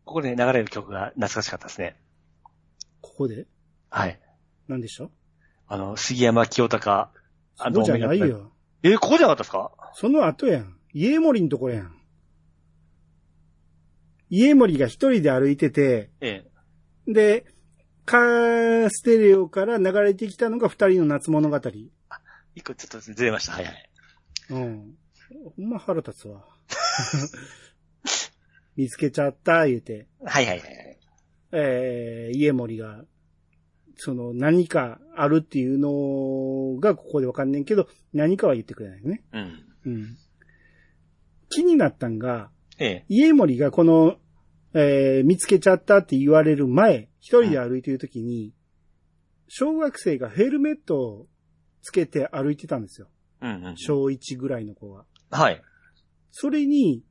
Speaker 2: ここで流れる曲が懐かしかったですね。
Speaker 1: ここで
Speaker 2: はい。
Speaker 1: 何でしょう
Speaker 2: あの、杉山清隆。あ
Speaker 1: そうじゃない。よ。
Speaker 2: えーここじゃなかったですか
Speaker 1: その後やん。家森のところやん。家森が一人で歩いてて、
Speaker 2: ええ。
Speaker 1: で、カーステレオから流れてきたのが二人の夏物語。
Speaker 2: 一個ちょっとずれました。はいはい。
Speaker 1: うん。ほんま腹立つわ。 見つけちゃった、言うて。
Speaker 2: はいはいはいはい。
Speaker 1: えー、家森が、その、何かあるっていうのがここでわかんねんけど、何かは言ってくれないよね。
Speaker 2: うん。
Speaker 1: うん。気になったんが、
Speaker 2: ええ。
Speaker 1: 家森がこの、えー、見つけちゃったって言われる前、一人で歩いてるときに、小学生がヘルメットをつけて歩いてたんですよ。
Speaker 2: うんうん。
Speaker 1: 小1ぐらいの子が。
Speaker 2: はい。
Speaker 1: それに、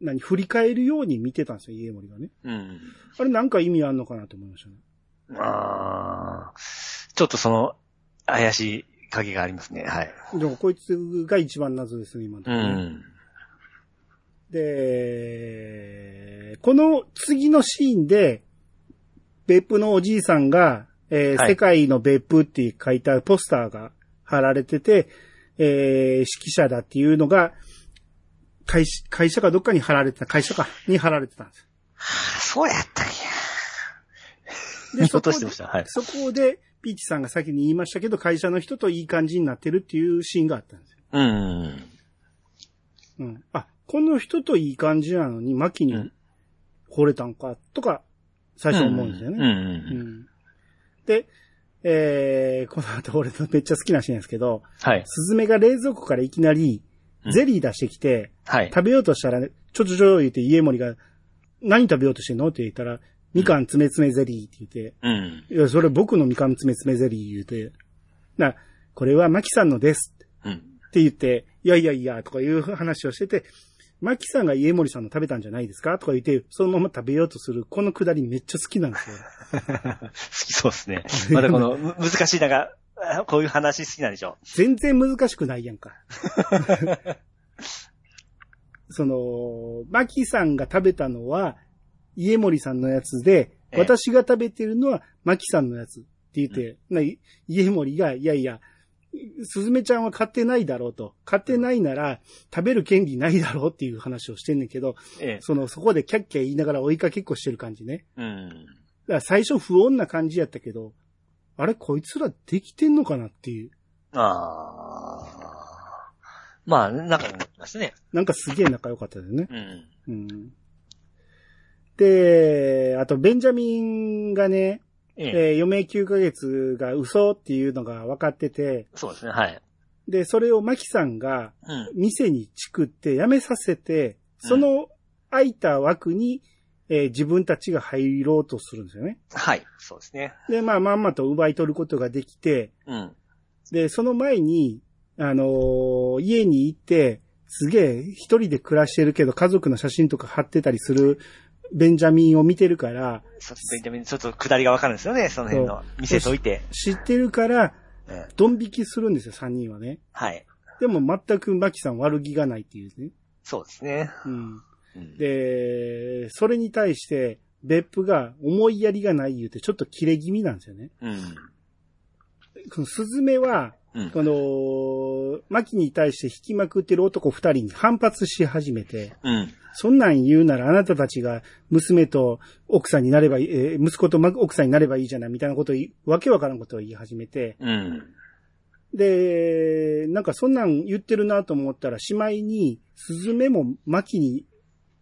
Speaker 1: 何、振り返るように見てたんですよ、家森がね。
Speaker 2: うん。
Speaker 1: あれなんか意味あんのかなと思いま したね。
Speaker 2: あーちょっとその、怪しい影がありますね。はい。
Speaker 1: でもこいつが一番謎ですね、今のと
Speaker 2: う
Speaker 1: ころね
Speaker 2: ん。
Speaker 1: で、この次のシーンで、別府のおじいさんが、えー
Speaker 2: はい
Speaker 1: 世界の別府って書いたポスターが貼られてて、えー指揮者だっていうのが、会社会社かどっかに貼られてた、会社か、に貼られてたんです。
Speaker 2: そうやったんや。
Speaker 1: で、
Speaker 2: 見
Speaker 1: そこと
Speaker 2: 落
Speaker 1: で
Speaker 2: してました。はい。
Speaker 1: そこで、ピーチさんが先に言いましたけど、会社の人といい感じになってるっていうシーンがあったんですよ。
Speaker 2: うん。
Speaker 1: うん。あ、この人といい感じなのに、マキ
Speaker 2: う
Speaker 1: に
Speaker 2: ん
Speaker 1: 惚れたんか、とか、最初思うんですよね。
Speaker 2: うん。
Speaker 1: で、えー、この後俺のめっちゃ好きなシーンですけど、
Speaker 2: はい。
Speaker 1: スズメが冷蔵庫からいきなり
Speaker 2: うん
Speaker 1: ゼリー出してきて、
Speaker 2: はい。
Speaker 1: 食べようとしたら、ちょちょちょ言って家森が、何食べようとしてんのって言ったら、みかんつめつめゼリーって言って、
Speaker 2: うん。
Speaker 1: いや、それ僕のみかんつめつめゼリー言うて、な、これはマキさんのです
Speaker 2: うん。
Speaker 1: って言って、いやいやいや、とかいう話をしてて、マキさんが家森さんの食べたんじゃないですかとか言って、そのまま食べようとする、このくだりめっちゃ好きなん ですよ。
Speaker 2: 好きそうですね。またこの、む難しい、なんか、あこういう話好きなんでしょ
Speaker 1: 全然難しくないや んか。その、マキさんが食べたのは、家森さんのやつで、
Speaker 2: ええ
Speaker 1: 私が食べてるのは、マキさんのやつって言って、ない家森が、いやいや、すずめちゃんは買ってないだろうと。買ってないなら、食べる権利ないだろうっていう話をしてんねんけど、
Speaker 2: ええ。
Speaker 1: その、そこでキャッキャ言いながら追いかけっこしてる感じね。
Speaker 2: うん。
Speaker 1: だから最初不穏な感じやったけど、あれ、こいつらできてんのかなっていう。
Speaker 2: ああ。まあ、仲良くなりますね。
Speaker 1: なんかすげえ仲良かったですね。
Speaker 2: うん。
Speaker 1: うん。で、あと、ベンジャミンがね、
Speaker 2: え
Speaker 1: え
Speaker 2: え。
Speaker 1: ー余命9ヶ月が嘘っていうのが分かってて、
Speaker 2: そうですね、はい。
Speaker 1: で、それをマキさんが
Speaker 2: うん。
Speaker 1: 店にチクって辞めさせて、その空いた枠に、えー自分たちが入ろうとするんですよね。
Speaker 2: はい。そうですね。
Speaker 1: で、まあ、まんまと奪い取ることができて、
Speaker 2: うん。
Speaker 1: で、その前に、あのー家に行って、すげえ一人で暮らしてるけど家族の写真とか貼ってたりするベンジャミンを見てるから、
Speaker 2: そうですね。でもちょっと下りがわかるんですよね、その辺の。見せといて。
Speaker 1: 知ってるから、
Speaker 2: うん。
Speaker 1: ドン引きするんですよ、三人はね。
Speaker 2: はい。
Speaker 1: でも全くマキさん悪気がないっていうね。
Speaker 2: そうですね。
Speaker 1: うん。
Speaker 2: うん、
Speaker 1: で、それに対して、別府が思いやりがない言うて、ちょっと切れ気味なんですよね。
Speaker 2: うん。
Speaker 1: このスズメは、
Speaker 2: うん。
Speaker 1: この、マキに対して引きまくってる男二人に反発し始めて、
Speaker 2: うん。
Speaker 1: そんなん言うならあなたたちが娘と奥さんになればいい、えー息子とま奥さんになればいいじゃないみたいなことを言い、わけわからんことを言い始めて、
Speaker 2: うん。
Speaker 1: で、なんかそんなん言ってるなと思ったら、しまいに、スズメも巻に、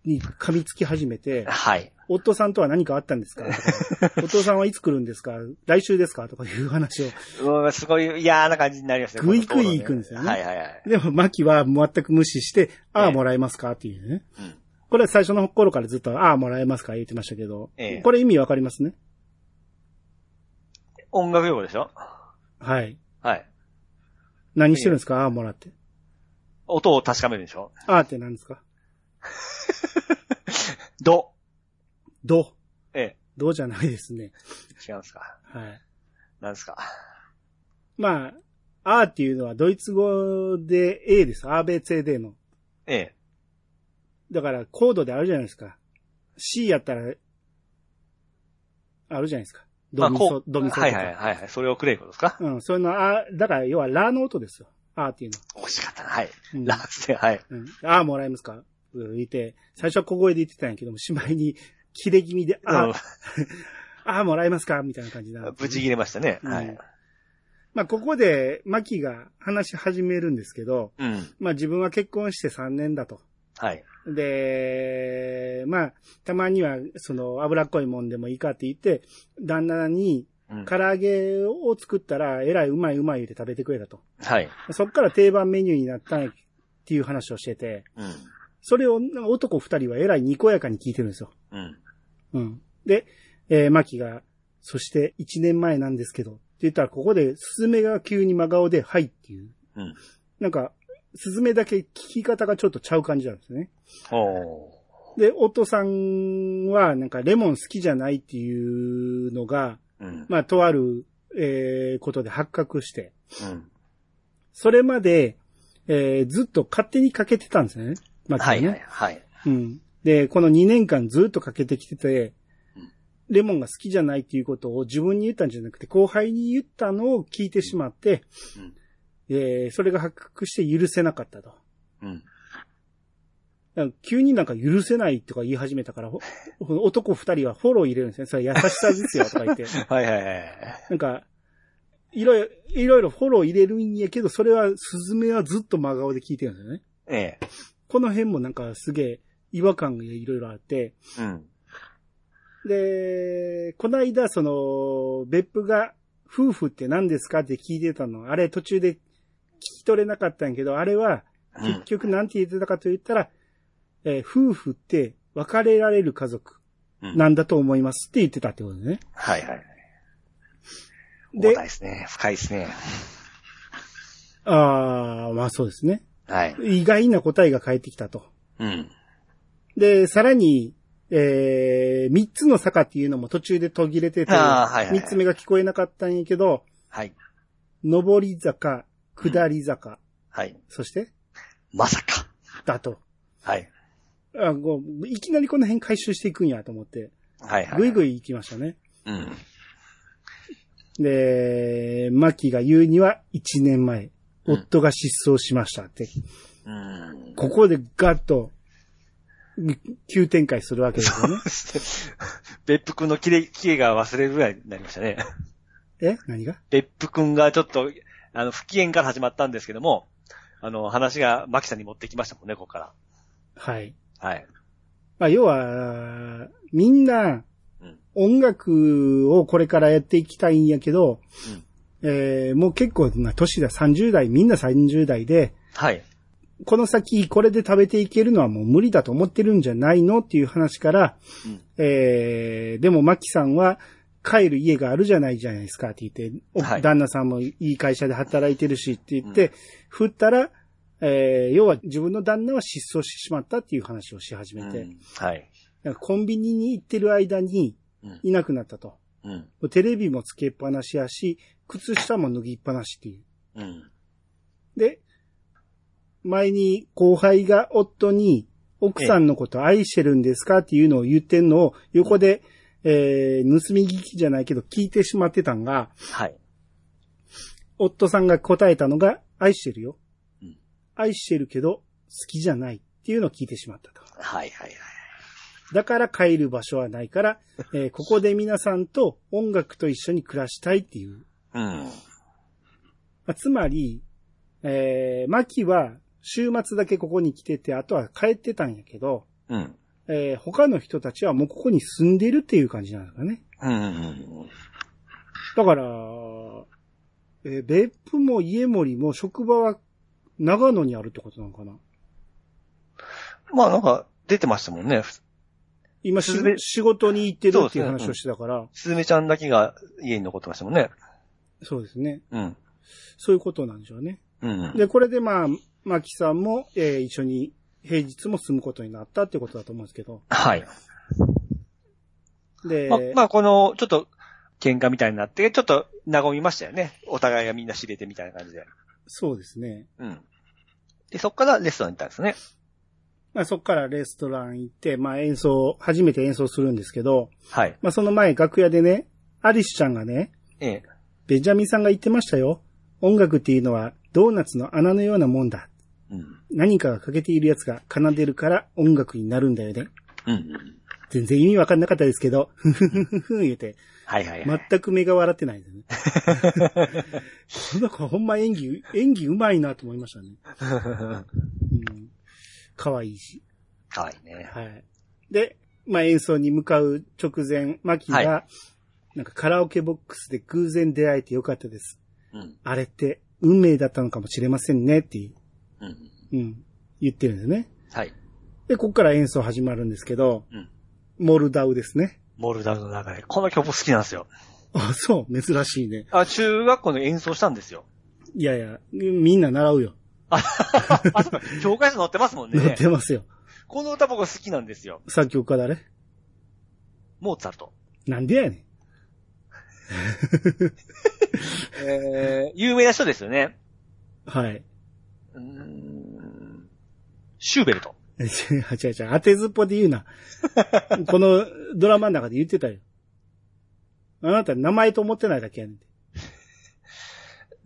Speaker 1: に噛みつき始め て、
Speaker 2: はい。
Speaker 1: 夫さんとは何かあったん ですかとかお父さんはいつ来るんですか来週ですかとかいう話を。
Speaker 2: うんすごい嫌な感じになりますね。
Speaker 1: ぐいぐい行くんですよね
Speaker 2: はいはいはい。
Speaker 1: でも、巻は全く無視して、あ
Speaker 2: え
Speaker 1: あ、
Speaker 2: え
Speaker 1: もらえますかっていうね。
Speaker 2: うん。
Speaker 1: これは最初の頃からずっと、ああ、もらえますか言ってましたけど、
Speaker 2: ええ
Speaker 1: これ意味わかりますね。
Speaker 2: 音楽用語でしょ
Speaker 1: はい。
Speaker 2: はい。
Speaker 1: 何してるんですか、ああ、もらって。
Speaker 2: 音を確かめるでしょ
Speaker 1: ああって何ですか
Speaker 2: ど。
Speaker 1: どう。
Speaker 2: ええ。
Speaker 1: どうじゃないですね。
Speaker 2: 違うんですか
Speaker 1: はい。
Speaker 2: なんですか
Speaker 1: まあ、あーっていうのはドイツ語で A です。アーベ d デの。
Speaker 2: ええ。
Speaker 1: だからコードであるじゃないですか。C やったら、あるじゃないですか。ドミソ、
Speaker 2: こう
Speaker 1: ドミソとか。
Speaker 2: はいはいはいはい。それをくれることですか
Speaker 1: うん、そういうの、あーだから要はラーの音ですよ。あーっていうの。
Speaker 2: 惜しかったな。はい。
Speaker 1: うん
Speaker 2: ラスで、はい。
Speaker 1: うん、あーもらえますかうん言って、最初は小声で言ってたんやけども、しまいに切れ気味で、あー、 あーもらえますかみたいな感じに
Speaker 2: う。。
Speaker 1: なん
Speaker 2: ぶち切れましたね。は
Speaker 1: うん
Speaker 2: い。
Speaker 1: まあ、ここで、マキが話し始めるんですけど、
Speaker 2: うん。
Speaker 1: まあ、自分は結婚して3年だと。
Speaker 2: はい。
Speaker 1: で、まあ、たまには、その、脂っこいもんでもいいかって言って、旦那に、
Speaker 2: うん
Speaker 1: 唐揚げを作ったら、えらいうまいうまい言って食べてくれたと。
Speaker 2: はい。
Speaker 1: そっから定番メニューになったんやっていう話をしてて、
Speaker 2: うん。
Speaker 1: それを男二人はえらいにこやかに聞いてるんですよ。
Speaker 2: うん。
Speaker 1: うん。で、えー、マキが、そして1年前なんですけど、って言ったら、ここで、スズメが急に真顔で、はいっていう。
Speaker 2: うん。
Speaker 1: なんか、スズメだけ聞き方がちょっとちゃう感じなんですね。
Speaker 2: おー。
Speaker 1: で、夫さんは、なんか、レモン好きじゃないっていうのが、
Speaker 2: うん。
Speaker 1: まあ、とある、えーことで発覚して、
Speaker 2: うん。
Speaker 1: それまで、えーずっと勝手にかけてたんですよね。まあ、
Speaker 2: はいは
Speaker 1: ね
Speaker 2: い。はい。
Speaker 1: うん。で、この2年間ずっとかけてきてて
Speaker 2: うん、
Speaker 1: レモンが好きじゃないっていうことを自分に言ったんじゃなくて、後輩に言ったのを聞いてしまって、
Speaker 2: うん
Speaker 1: えーそれが発覚して許せなかったと。
Speaker 2: うん。
Speaker 1: なんか急になんか許せないとか言い始めたから、 ほ男二人はフォロー入れるんですね。それ優しさですよとか言 って。
Speaker 2: はいはいはい。
Speaker 1: なんか、いろいろ、いろいろフォロー入れるんやけど、それは、スズメはずっと真顔で聞いてるんですよね。
Speaker 2: ええ。
Speaker 1: この辺もなんかすげえ違和感がいろいろあって、
Speaker 2: うん。
Speaker 1: で、この間、その、別府が、二夫婦って何ですかって聞いてたの。あれ途中で聞き取れなかったんやけど、あれは
Speaker 2: う
Speaker 1: 結
Speaker 2: ん。
Speaker 1: 局なんて言ってたかと言ったら、えー夫婦って別れられる家族
Speaker 2: うん
Speaker 1: なんだと思いますって言ってたってことね。
Speaker 2: はいはいはい。重
Speaker 1: で
Speaker 2: たい、ですね。深いですね。
Speaker 1: ああ、まあそうですね。
Speaker 2: はい。
Speaker 1: 意外な答えが返ってきたと。
Speaker 2: うん。
Speaker 1: で、さらに、えー、三つの坂っていうのも途中で途切れてて、
Speaker 2: ああ、はいはい。
Speaker 1: 三つ目が聞こえなかったんやけど、
Speaker 2: はい。
Speaker 1: 上り坂、下り坂、
Speaker 2: はい。
Speaker 1: そして、
Speaker 2: まさか。
Speaker 1: だと。
Speaker 2: はい。
Speaker 1: あこういきなりこの辺回収していくんやと思って、
Speaker 2: はいはい。
Speaker 1: ぐいぐい行きましたね。
Speaker 2: うん。
Speaker 1: で、マキが言うには1年前、
Speaker 2: うん
Speaker 1: 夫が失踪しましたって。
Speaker 2: うん。
Speaker 1: ここでガッと、急展開するわけですよ ね。
Speaker 2: そして、別府くんのキレ、キレが忘れるぐらいになりましたね。
Speaker 1: え何が
Speaker 2: 別府くんがちょっと、あの、不機嫌から始まったんですけども、あの、話がマキさんに持ってきましたもんね、ここか
Speaker 1: はい。
Speaker 2: ら。はい。
Speaker 1: まあ、要は、みんな
Speaker 2: うん、
Speaker 1: 音楽をこれからやっていきたいんやけど、えーもう結構な年だ、30代、みんな30代で、
Speaker 2: はい。
Speaker 1: この先これで食べていけるのはもう無理だと思ってるんじゃないのっていう話から、
Speaker 2: うん
Speaker 1: えー、でもマキさんは帰る家があるじゃないじゃないですかって言って、お
Speaker 2: はい
Speaker 1: 旦那さんもいい会社で働いてるしって言って、
Speaker 2: う
Speaker 1: 振ったら、えー、要は自分の旦那は失踪してしまったっていう話をし始めて、
Speaker 2: うんはい。
Speaker 1: だからコンビニに行ってる間に
Speaker 2: うん
Speaker 1: いなくなったと。
Speaker 2: うん。
Speaker 1: テレビもつけっぱなしやし、靴下も脱ぎっぱなしっていう。
Speaker 2: うん。
Speaker 1: で、前に後輩が夫に、奥さんのこと愛してるんですかっていうのを言ってんのを横で、えー、盗み聞きじゃないけど聞いてしまってたんが、
Speaker 2: はい。
Speaker 1: 夫さんが答えたのが、愛してるよ
Speaker 2: うん。
Speaker 1: 愛してるけど、好きじゃないっていうのを聞いてしまったと。
Speaker 2: はいはいはい。
Speaker 1: だから帰る場所はない から、えーここで皆さんと音楽と一緒に暮らしたいっていう
Speaker 2: うん。
Speaker 1: まあつまり、えー、マキは週末だけここに来てて、あとは帰ってたんやけど、
Speaker 2: うん。
Speaker 1: えー他の人たちはもうここに住んでるっていう感じなんですかね。
Speaker 2: うん。
Speaker 1: だから、えー別府も家森も職場は長野にあるってことなのかな
Speaker 2: まあなんか、出てましたもんね。
Speaker 1: 今し
Speaker 2: それで
Speaker 1: 仕事に行ってるっていう
Speaker 2: そうですね
Speaker 1: 話をしてたから、
Speaker 2: すずめちゃんだけが家に残ってましたもんね。
Speaker 1: そうですね。
Speaker 2: うん。
Speaker 1: そういうことなんでしょうね。
Speaker 2: うん。
Speaker 1: で、これでまあ、マキさんも、えー一緒に平日も住むことになったってことだと思うんですけど。
Speaker 2: はい。
Speaker 1: で、
Speaker 2: まあ、まあ、この、ちょっと、喧嘩みたいになって、ちょっと、和みましたよね。お互いがみんな知れてみたいな感じで。
Speaker 1: そうですね。
Speaker 2: うん。で、そっからレストランに行ったんですね。
Speaker 1: まあ、そこからレストラン行って、まあ、演奏、初めて演奏するんですけど、
Speaker 2: はい。
Speaker 1: まあ、その前、楽屋でね、アリスちゃんがね、
Speaker 2: ええ。
Speaker 1: ベンジャミンさんが言ってましたよ。音楽っていうのはドーナツの穴のようなもんだ。
Speaker 2: うん。
Speaker 1: 何かが欠けているやつが奏でるから音楽になるんだよね。
Speaker 2: うん。
Speaker 1: 全然意味わかんなかったですけど、ふふふふふ言うて、
Speaker 2: はいはい はい。
Speaker 1: 全く目が笑ってないですね。この子ほんま演技、演技うまいなと思いましたね。うん。可愛いし。
Speaker 2: かわいいね。
Speaker 1: はい。で、まあ、演奏に向かう直前、マキが、
Speaker 2: は
Speaker 1: なんかカラオケボックスで偶然出会えてよかったです。
Speaker 2: うん。
Speaker 1: あれって運命だったのかもしれませんねってい
Speaker 2: うん。
Speaker 1: う、うん、言ってるんですね。
Speaker 2: はい。
Speaker 1: で、ここから演奏始まるんですけど、
Speaker 2: うん
Speaker 1: モルダウですね。
Speaker 2: モルダウの流れ。この曲好きなんですよ。
Speaker 1: あ、そう、珍しいね。
Speaker 2: あ、中学校の演奏したんですよ。
Speaker 1: いやいや、みんな習うよ。
Speaker 2: あ、 あそうか教科書載ってますもん
Speaker 1: 乗っ
Speaker 2: ね。
Speaker 1: てますよ。
Speaker 2: この歌僕好きなんですよ。
Speaker 1: 作曲家誰
Speaker 2: モーツァルト。
Speaker 1: なんでやねん。
Speaker 2: えー、有名な人ですよね。
Speaker 1: はい。
Speaker 2: うーん。シューベルト。
Speaker 1: 違う違う違う、当てずっぽで言う な。このドラマの中で言ってたよ。あなた名前と思ってないだけやねんて。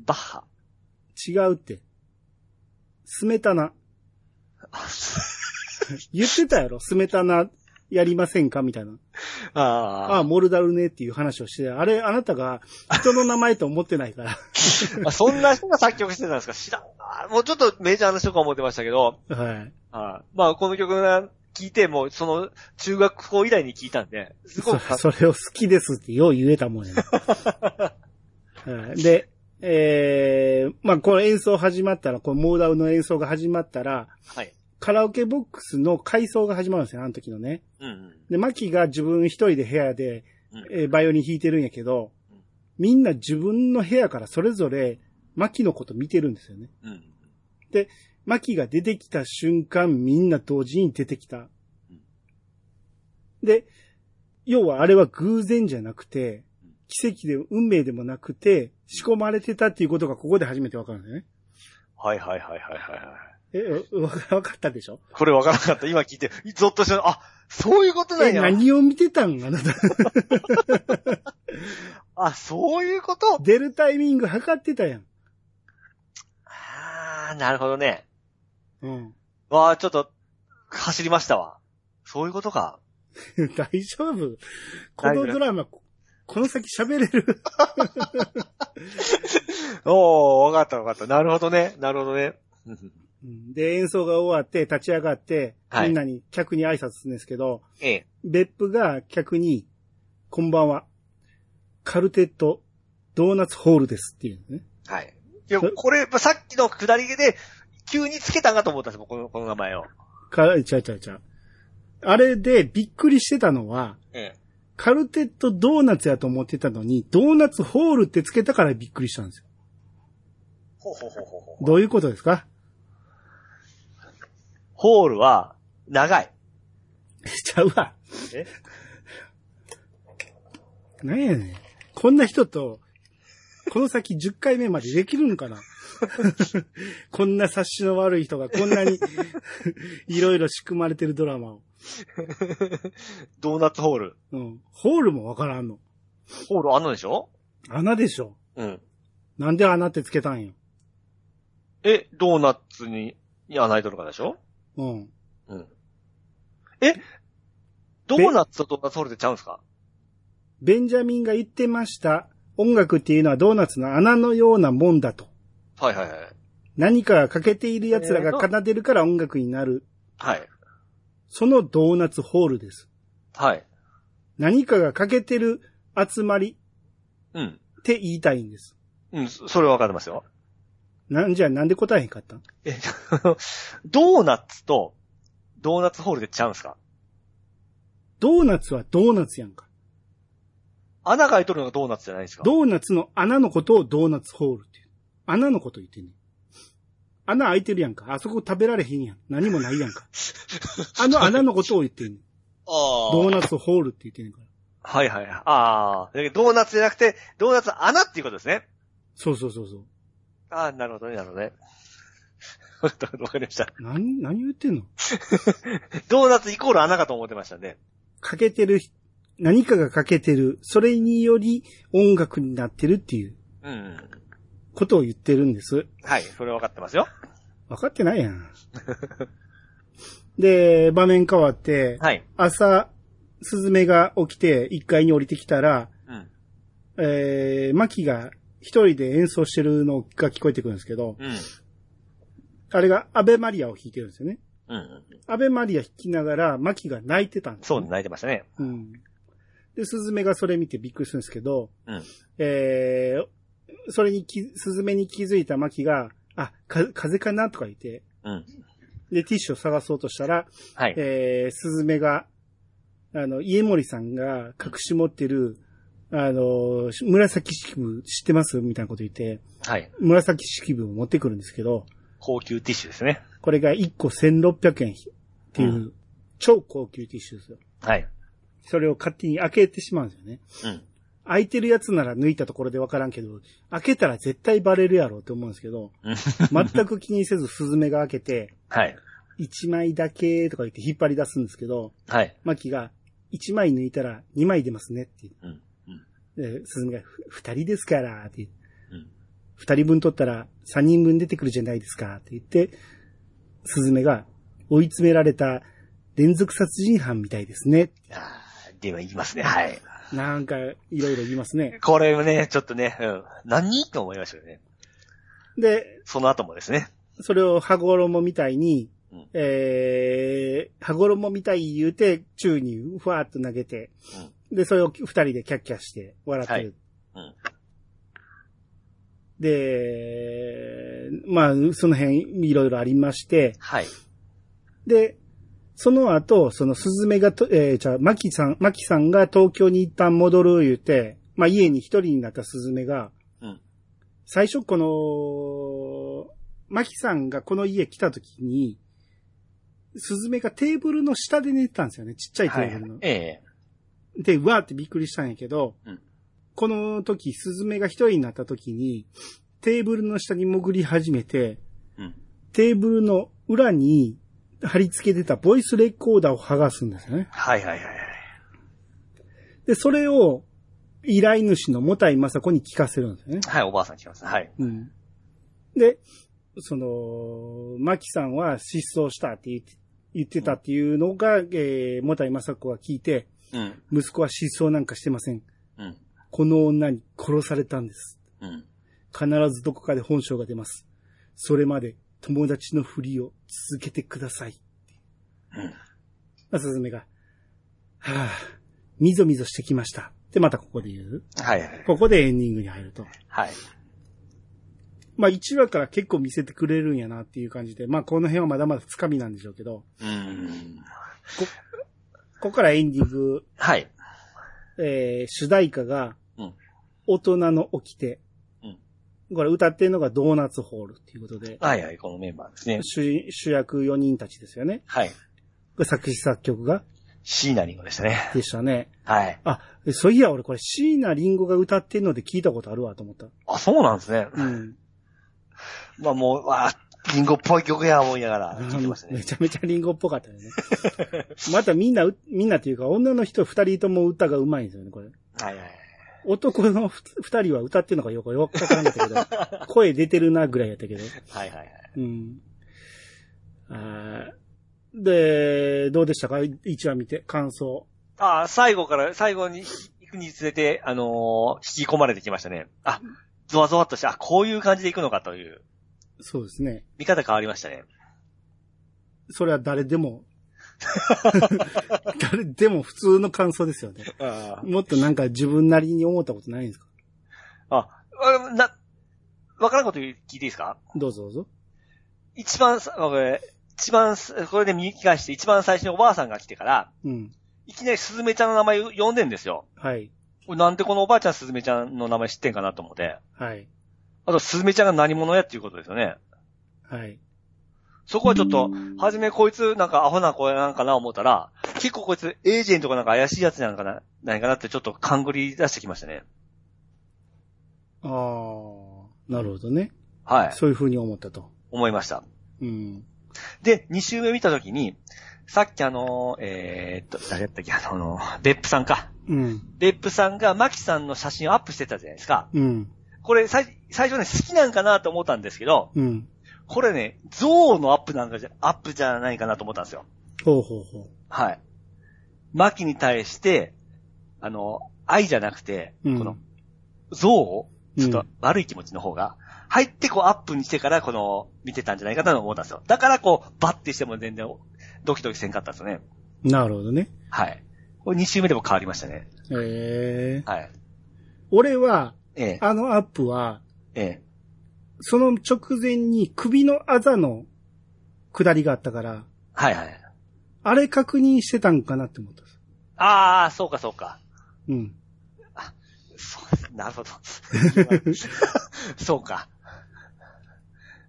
Speaker 2: バッハ。
Speaker 1: 違うって。スメタナ。
Speaker 2: あ
Speaker 1: 言ってたやろスメタナやりませんかみたいな。ああ、
Speaker 2: あ
Speaker 1: モルダルねっていう話をしてたあれ、あなたが人の名前と思ってない から。
Speaker 2: あ。そんな人が作曲してたんですか知らんな。もうちょっとメジャーな人か思ってましたけど、
Speaker 1: はい。
Speaker 2: あーまあこの曲が聞いて、もうその中学校以来に聞いたんで、すご
Speaker 1: そ
Speaker 2: くか
Speaker 1: それを好きですってよう言えたもんやね。はいで、えー、まあ、この演奏始まったら、このモーダウの演奏が始まったら、
Speaker 2: はい。
Speaker 1: カラオケボックスの改装が始まるんですよ、あの時のね。
Speaker 2: うんうん。
Speaker 1: で、マキが自分一人で部屋で、
Speaker 2: うん
Speaker 1: えーバイオリン弾いてるんやけど、みんな自分の部屋からそれぞれ、マキのこと見てるんですよね。
Speaker 2: うん。
Speaker 1: マキが出てきた瞬間、みんな同時に出てきた
Speaker 2: うん。
Speaker 1: で、要はあれは偶然じゃなくて
Speaker 2: うん、
Speaker 1: 奇跡で、運命でもなくて、仕込まれてたっていうことがここで初めてわかるんだよね。
Speaker 2: はいはいはいはいはいはい。
Speaker 1: え、わわかったでしょ
Speaker 2: これわからなかった。今聞いて、ゾッとした。あ、そういうことな
Speaker 1: え、
Speaker 2: んや。
Speaker 1: 何を見てたんあなた。
Speaker 2: あ、そういうこと
Speaker 1: 出るタイミング測ってたやん。
Speaker 2: ああ、なるほどね。
Speaker 1: うん。
Speaker 2: わあ、ちょっと、走りましたわ。そういうことか。
Speaker 1: 大丈夫このドラマ、ここの先喋れる
Speaker 2: おー、わかったわかった。なるほどね。なるほどね。
Speaker 1: うんで、演奏が終わって、立ち上がって、
Speaker 2: はい
Speaker 1: みんなに、客に挨拶するんですけど、
Speaker 2: ええ。
Speaker 1: 別府が客に、こんばんは。カルテット、ドーナツホールですっていうね。
Speaker 2: はい。いや、
Speaker 1: そ
Speaker 2: これ、さっきの下りで、急につけたんかと思ったんですよ、この、この名前を。
Speaker 1: か、ちゃうちゃうちゃう。あれでびっくりしてたのは、
Speaker 2: ええ。
Speaker 1: カルテットドーナツやと思ってたのに、ドーナツホールってつけたからびっくりしたんですよ。
Speaker 2: ほうほうほうほうほう。
Speaker 1: どういうことですか
Speaker 2: ホールは、長い。
Speaker 1: ちゃうわ。
Speaker 2: え
Speaker 1: なんやねん。こんな人と、この先10回目までできるのかな こんな察しの悪い人がこんなに いろいろ仕組まれてるドラマを。
Speaker 2: ドーナツホール。
Speaker 1: うん。ホールもわからんの。
Speaker 2: ホールあんのでしょ
Speaker 1: 穴でしょ。
Speaker 2: うん。
Speaker 1: なんで穴ってつけたんよ。
Speaker 2: え、ドーナツに、に穴開いとるからでしょ
Speaker 1: うん。
Speaker 2: うん。えドーナツとドーナツホールでちゃうんですか
Speaker 1: ベンジャミンが言ってました。音楽っていうのはドーナツの穴のようなもんだと。
Speaker 2: はいはいはい。
Speaker 1: 何かが欠けている奴らが奏でるから音楽になる。
Speaker 2: はい。
Speaker 1: そのドーナツホールです。
Speaker 2: はい。
Speaker 1: 何かが欠けてる集まり
Speaker 2: うん。
Speaker 1: って言いたいんです。
Speaker 2: うん、そそれはわかってますよ。
Speaker 1: なんじゃあなんで答えへんかったん
Speaker 2: え、 ドーナツとドーナツホールでちゃうんですか
Speaker 1: ドーナツはドーナツやんか。
Speaker 2: 穴が開いとるのがドーナツじゃないですか
Speaker 1: ドーナツの穴のことをドーナツホールっていう。穴のこと言ってんねん。穴開いてるやんか。あそこ食べられへんやん。何もないやんか。あの穴のことを言ってんねん。
Speaker 2: あ
Speaker 1: ドー
Speaker 2: ー
Speaker 1: ナツホールって言ってんねんから。
Speaker 2: はいはいはい。ああ。だけどドーナツじゃなくて、ドーナツ穴っていうことですね。
Speaker 1: そうそうそうそ
Speaker 2: ああ、なるほどね、なるほどね。 わかりました。
Speaker 1: う。何、何言ってんの
Speaker 2: ドーナツイコール穴かと思ってましたね。
Speaker 1: 欠けてる、何かが欠けてる。それにより音楽になってるっていう
Speaker 2: うん。
Speaker 1: ことを言ってるんです。
Speaker 2: はい、それは分かってますよ。
Speaker 1: 分かってないやん。で、場面変わって、
Speaker 2: はい。
Speaker 1: 朝、スズメが起きて1階に降りてきたら、
Speaker 2: うん。
Speaker 1: えー、マキが一人で演奏してるのが聞こえてくるんですけど、
Speaker 2: うん。
Speaker 1: あれがアベマリアを弾いてるんですよね。
Speaker 2: うん。
Speaker 1: アベマリア弾きながらマキが泣いてたんです、ね。
Speaker 2: そう、泣いてましたね。
Speaker 1: うん。で、スズメがそれ見てびっくりするんですけど、
Speaker 2: うん
Speaker 1: えー、それにき、スズメに気づいたマキが、あ、か、風邪かなとか言って、
Speaker 2: うん。
Speaker 1: で、ティッシュを探そうとしたら、
Speaker 2: はい。
Speaker 1: えー、スズメが、あの、家森さんが隠し持ってる、あの、し紫式部知ってますみたいなこと言って、
Speaker 2: はい。
Speaker 1: 紫式部を持ってくるんですけど、
Speaker 2: 高級ティッシュですね。
Speaker 1: これが1個1600円っていう、
Speaker 2: う
Speaker 1: 超高級ティッシュですよ。
Speaker 2: はい。
Speaker 1: それを勝手に開けてしまうんですよね。
Speaker 2: うん。
Speaker 1: 開いてるやつなら抜いたところでわからんけど、開けたら絶対バレるやろうと思うんですけど、
Speaker 2: うん
Speaker 1: 全く気にせずスズメが開けて、
Speaker 2: はい。
Speaker 1: 1枚だけとか言って引っ張り出すんですけど、
Speaker 2: はい。
Speaker 1: マキが、1枚抜いたら2枚出ますねって
Speaker 2: う
Speaker 1: 言
Speaker 2: ん
Speaker 1: う。で、スズメが、2人ですからって言う。
Speaker 2: うん。
Speaker 1: 2人分取ったら3人分出てくるじゃないですかって言って、スズメが、追い詰められた連続殺人犯みたいですね。
Speaker 2: あーでは言いますね。はい。
Speaker 1: なんか、いろいろ言いますね。
Speaker 2: これね、ちょっとね、うん。何と思いましたよね。
Speaker 1: で、
Speaker 2: その後もですね。
Speaker 1: それを羽衣みたいに、
Speaker 2: うん
Speaker 1: えー、羽衣みたい言うて、宙にふわーっと投げて、で、それを二人でキャッキャして笑ってる。
Speaker 2: はいうん
Speaker 1: で、まあ、その辺、いろいろありまして、
Speaker 2: はい。
Speaker 1: で、その後、その、すずめがと、えーじゃあ、まきさん、まきさんが東京に一旦戻る言うて、まあ、家に一人になったすずめが、
Speaker 2: うん
Speaker 1: 最初この、まきさんがこの家来た時に、すずめがテーブルの下で寝てたんですよね。ちっちゃいテ
Speaker 2: は
Speaker 1: ー
Speaker 2: い
Speaker 1: ブルの。。
Speaker 2: ええ。
Speaker 1: で、うわーってびっくりしたんやけど、
Speaker 2: うん
Speaker 1: この時、スズメが一人になった時に、テーブルの下に潜り始めて、
Speaker 2: うん。
Speaker 1: テーブルの裏に貼り付けてたボイスレコーダーを剥がすんですよね。
Speaker 2: はいはいはいはい。
Speaker 1: で、それを依頼主のモタイマサコに聞かせるんですよね。
Speaker 2: はい、おばあさん来ます。はい。
Speaker 1: うん。で、その、マキさんは失踪したって言って言ってたっていうのが、えー、モタイマサコは聞いて、
Speaker 2: うん。
Speaker 1: 息子は失踪なんかしてません。
Speaker 2: うん。
Speaker 1: この女に殺されたんです。
Speaker 2: うん。
Speaker 1: 必ずどこかで本性が出ます。それまで友達のふりを続けてください。
Speaker 2: うん。
Speaker 1: まあ、すずめが、はぁ、みぞみぞしてきました。で、またここで言う。
Speaker 2: はいはい。
Speaker 1: ここでエンディングに入ると。
Speaker 2: はい。
Speaker 1: まあ、1話から結構見せてくれるんやなっていう感じで、まあ、この辺はまだまだつかみなんでしょうけど、
Speaker 2: うん。
Speaker 1: ここからエンディング、
Speaker 2: はい。
Speaker 1: えー、主題歌が
Speaker 2: うん、
Speaker 1: 大人の掟。
Speaker 2: うん
Speaker 1: これ歌ってるのがドーナツホールっていうことで、
Speaker 2: はいはい、このメンバーですね。
Speaker 1: 主主役4人たちですよね。
Speaker 2: はい。
Speaker 1: 作詞作曲が
Speaker 2: シーナリンゴでしたね。
Speaker 1: でしたね。
Speaker 2: はい。
Speaker 1: あ、そういや、俺これ椎名林檎が歌ってんので聞いたことあるわと思った。
Speaker 2: あ、そうなんですね。
Speaker 1: うん。
Speaker 2: まあもう、わあ、リンゴっぽい曲や思いながら聞いてました
Speaker 1: め
Speaker 2: ね。
Speaker 1: ちゃめちゃ林檎っぽか ったよね。またみんな、うみんなっていうか女の人二人とも歌が上手いんですよね、これ。
Speaker 2: はいはい。
Speaker 1: 男のふ二人は歌ってんのかよくよくわからんかったけど、声出てるなぐらいやったけど。
Speaker 2: はいはいはい。
Speaker 1: うん。あーで、どうでしたか一話見て、感想。
Speaker 2: ああ、最後から、最後に行くにつれて、あのー引き込まれてきましたね。あ、ゾワゾワっとして、あ、こういう感じで行くのかという、
Speaker 1: そうですね。
Speaker 2: 見方変わりましたね。
Speaker 1: それは誰でも、 誰でも普通の感想ですよね。
Speaker 2: あ
Speaker 1: もっとなんか自分なりに思ったことないんですか
Speaker 2: あ、あな、わからんこと言う聞いていいですか
Speaker 1: どうぞどうぞ。
Speaker 2: 一番さ、あこれ、一番す、これで見返して一番最初におばあさんが来てから、
Speaker 1: うん。
Speaker 2: いきなりスズメちゃんの名前呼んでんですよ。
Speaker 1: はい。
Speaker 2: 俺なんでこのおばあちゃんスズメちゃんの名前知ってんかなと思って。
Speaker 1: はい。
Speaker 2: あと、スズメちゃんが何者やっていうことですよね。
Speaker 1: はい。
Speaker 2: そこはちょっと、はじめこいつなんかアホな子やなんかな思ったら、結構こいつエージェントかなんか怪しいやつなんかな、ないかなってちょっと勘繰り出してきましたね。
Speaker 1: ああ、なるほどね。
Speaker 2: はい。
Speaker 1: そういう風に思ったと。
Speaker 2: 思いました。
Speaker 1: うん。
Speaker 2: で、2周目見たときに、さっきあのー、えー、っと、誰やったっけ、あのー、別府さんか。
Speaker 1: うん。
Speaker 2: 別府さんがマキさんの写真をアップしてたじゃないですか。
Speaker 1: うん。
Speaker 2: これ最、最初ね、好きなんかなと思ったんですけど、
Speaker 1: うん。
Speaker 2: これね、ゾウのアップなんかじゃ、アップじゃないかなと思ったんですよ。
Speaker 1: ほうほうほう。
Speaker 2: はい。マキに対して、あの、愛じゃなくて、
Speaker 1: うん
Speaker 2: この、像を、ちょっ
Speaker 1: う
Speaker 2: と
Speaker 1: ん
Speaker 2: 悪い気持ちの方が、入ってこうアップにしてから、この、見てたんじゃないかなと思ったんですよ。だからこう、バッてしても全然、ドキドキせんかったんですよね。
Speaker 1: なるほどね。
Speaker 2: はい。これ2周目でも変わりましたね。
Speaker 1: ええ
Speaker 2: はい。
Speaker 1: 俺は、
Speaker 2: ええ、
Speaker 1: あのアップは、
Speaker 2: ええ。
Speaker 1: その直前に首のあざの下りがあったから、
Speaker 2: はいはい。
Speaker 1: あれ確認してたんかなって思ったんです。
Speaker 2: ああ、そうかそうか。
Speaker 1: うん。
Speaker 2: そう、なるほど。 そうか。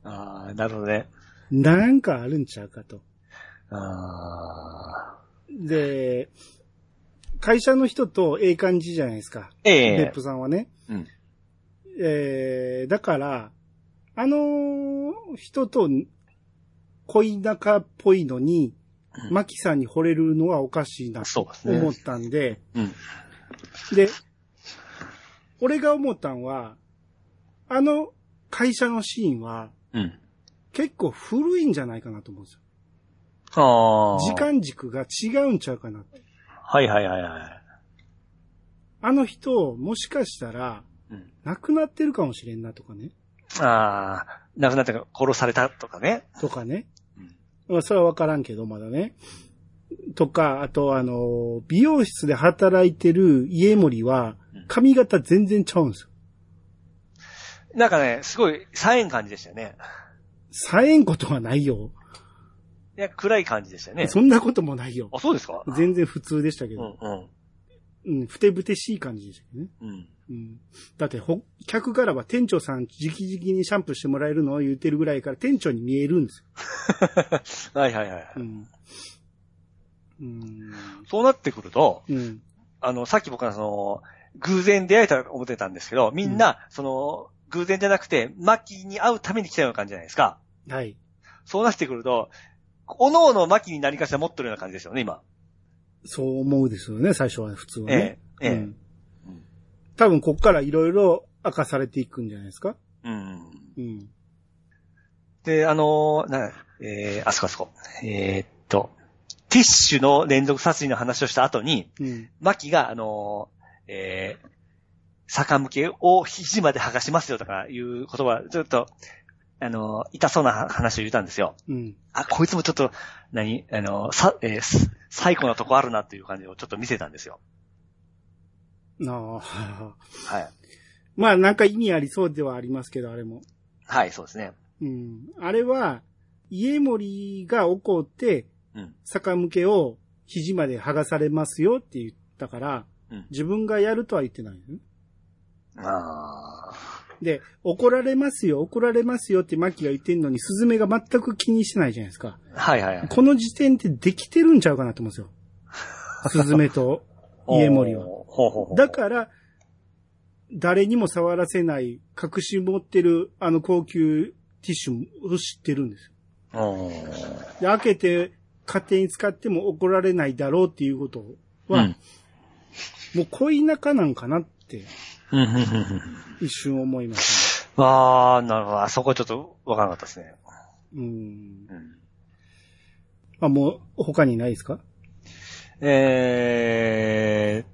Speaker 2: ああ、なるほどね。
Speaker 1: なんかあるんちゃうかと。
Speaker 2: ああ。
Speaker 1: で、会社の人とええ感じじゃないですか。
Speaker 2: え
Speaker 1: 別
Speaker 2: え
Speaker 1: 府さんはね。
Speaker 2: うん。
Speaker 1: えー、だから、あのー人と恋仲っぽいのに、
Speaker 2: うん
Speaker 1: マキさんに惚れるのはおかしいなと
Speaker 2: そうですね
Speaker 1: 思。ったんで、
Speaker 2: うん。
Speaker 1: で、俺が思ったんは、あの会社のシーンは
Speaker 2: うん。
Speaker 1: 結構古いんじゃないかなと思うんですよ。
Speaker 2: ああ。
Speaker 1: 時間軸が違うんちゃうかなって。
Speaker 2: はいはいはいは
Speaker 1: あの人、もしかしたら、
Speaker 2: い。うん。
Speaker 1: 亡くなってるかもしれんなとかね。
Speaker 2: ああ、亡くなったか殺されたとかね。
Speaker 1: とかね。
Speaker 2: うん。
Speaker 1: まあ、それはわからんけど、まだね。とか、あと、あの、美容室で働いてる家森は
Speaker 2: うん、
Speaker 1: 髪型全然ちゃうんですよ。
Speaker 2: なんかね、すごい、さえん感じでしたよね。
Speaker 1: 冴えんことはないよ。
Speaker 2: いや、暗い感じでしたよね。
Speaker 1: そんなこともないよ。
Speaker 2: あ、そうですか
Speaker 1: 全然普通でしたけ
Speaker 2: うん
Speaker 1: ど、、
Speaker 2: うん、
Speaker 1: うん、ふてぶてしい感じでしたけどね。
Speaker 2: うん。
Speaker 1: うんだって、ほ客からは店長さん直々にシャンプーしてもらえるのを言ってるぐらいから店長に見えるんですよ。
Speaker 2: はいはいはい。
Speaker 1: うん。うん。
Speaker 2: そうなってくると、
Speaker 1: うん。
Speaker 2: あの、さっき僕はその、偶然出会えたと思ってたんですけど、みんな、その、偶然じゃなくて、マキに会うために来たような感じじゃないですか。
Speaker 1: はい。
Speaker 2: そうなってくると、おのおのマキに何かしら持ってるような感じですよね、今。
Speaker 1: そう思うですよね、最初は普通は
Speaker 2: え
Speaker 1: ね。
Speaker 2: え、ええ。
Speaker 1: うん。多分、こっからいろいろ明かされていくんじゃないですか。
Speaker 2: うん。
Speaker 1: うん。
Speaker 2: で、あのー、な、えー、あそこあそこ。えーっと、ティッシュの連続殺人の話をした後に、
Speaker 1: うん。
Speaker 2: マキが、あのー、えー、逆向けを肘まで剥がしますよとかいう言葉、ちょっと、あのー、痛そうな話を言ったんですよ。
Speaker 1: うん。
Speaker 2: あ、こいつもちょっと、何あのー、さ、えー、す最高なとこあるなっていう感じをちょっと見せたんですよ。
Speaker 1: ああ。
Speaker 2: はい。
Speaker 1: まあ、なんか意味ありそうではありますけど、あれも。
Speaker 2: はい、そうですね。
Speaker 1: うん。あれは、家森が怒って、
Speaker 2: うん。
Speaker 1: 逆向けを肘まで剥がされますよって言ったから、
Speaker 2: うん
Speaker 1: 自分がやるとは言ってないのね。
Speaker 2: あ
Speaker 1: で、怒られますよ、怒られますよってマキが言ってんのに、スズメが全く気にしてないじゃないですか。
Speaker 2: ーはいはいはい。
Speaker 1: この時点でできてるんちゃうかなと思うんですよ。スズメ と家森は。
Speaker 2: ほうほうほうほう。
Speaker 1: だから、誰にも触らせない、隠し持ってるあの高級ティッシュを知ってるんですよ。
Speaker 2: ら、
Speaker 1: で、開けて勝手に使っても怒られないだろうっていうことは、
Speaker 2: うん。
Speaker 1: もう恋仲なんかなって
Speaker 2: うんうんうんうん
Speaker 1: 一瞬思いました、
Speaker 2: ああ、なるほど。あそこちょっとわからなかったですね。
Speaker 1: ね。うん。
Speaker 2: うん、
Speaker 1: まあもう他にないですか
Speaker 2: え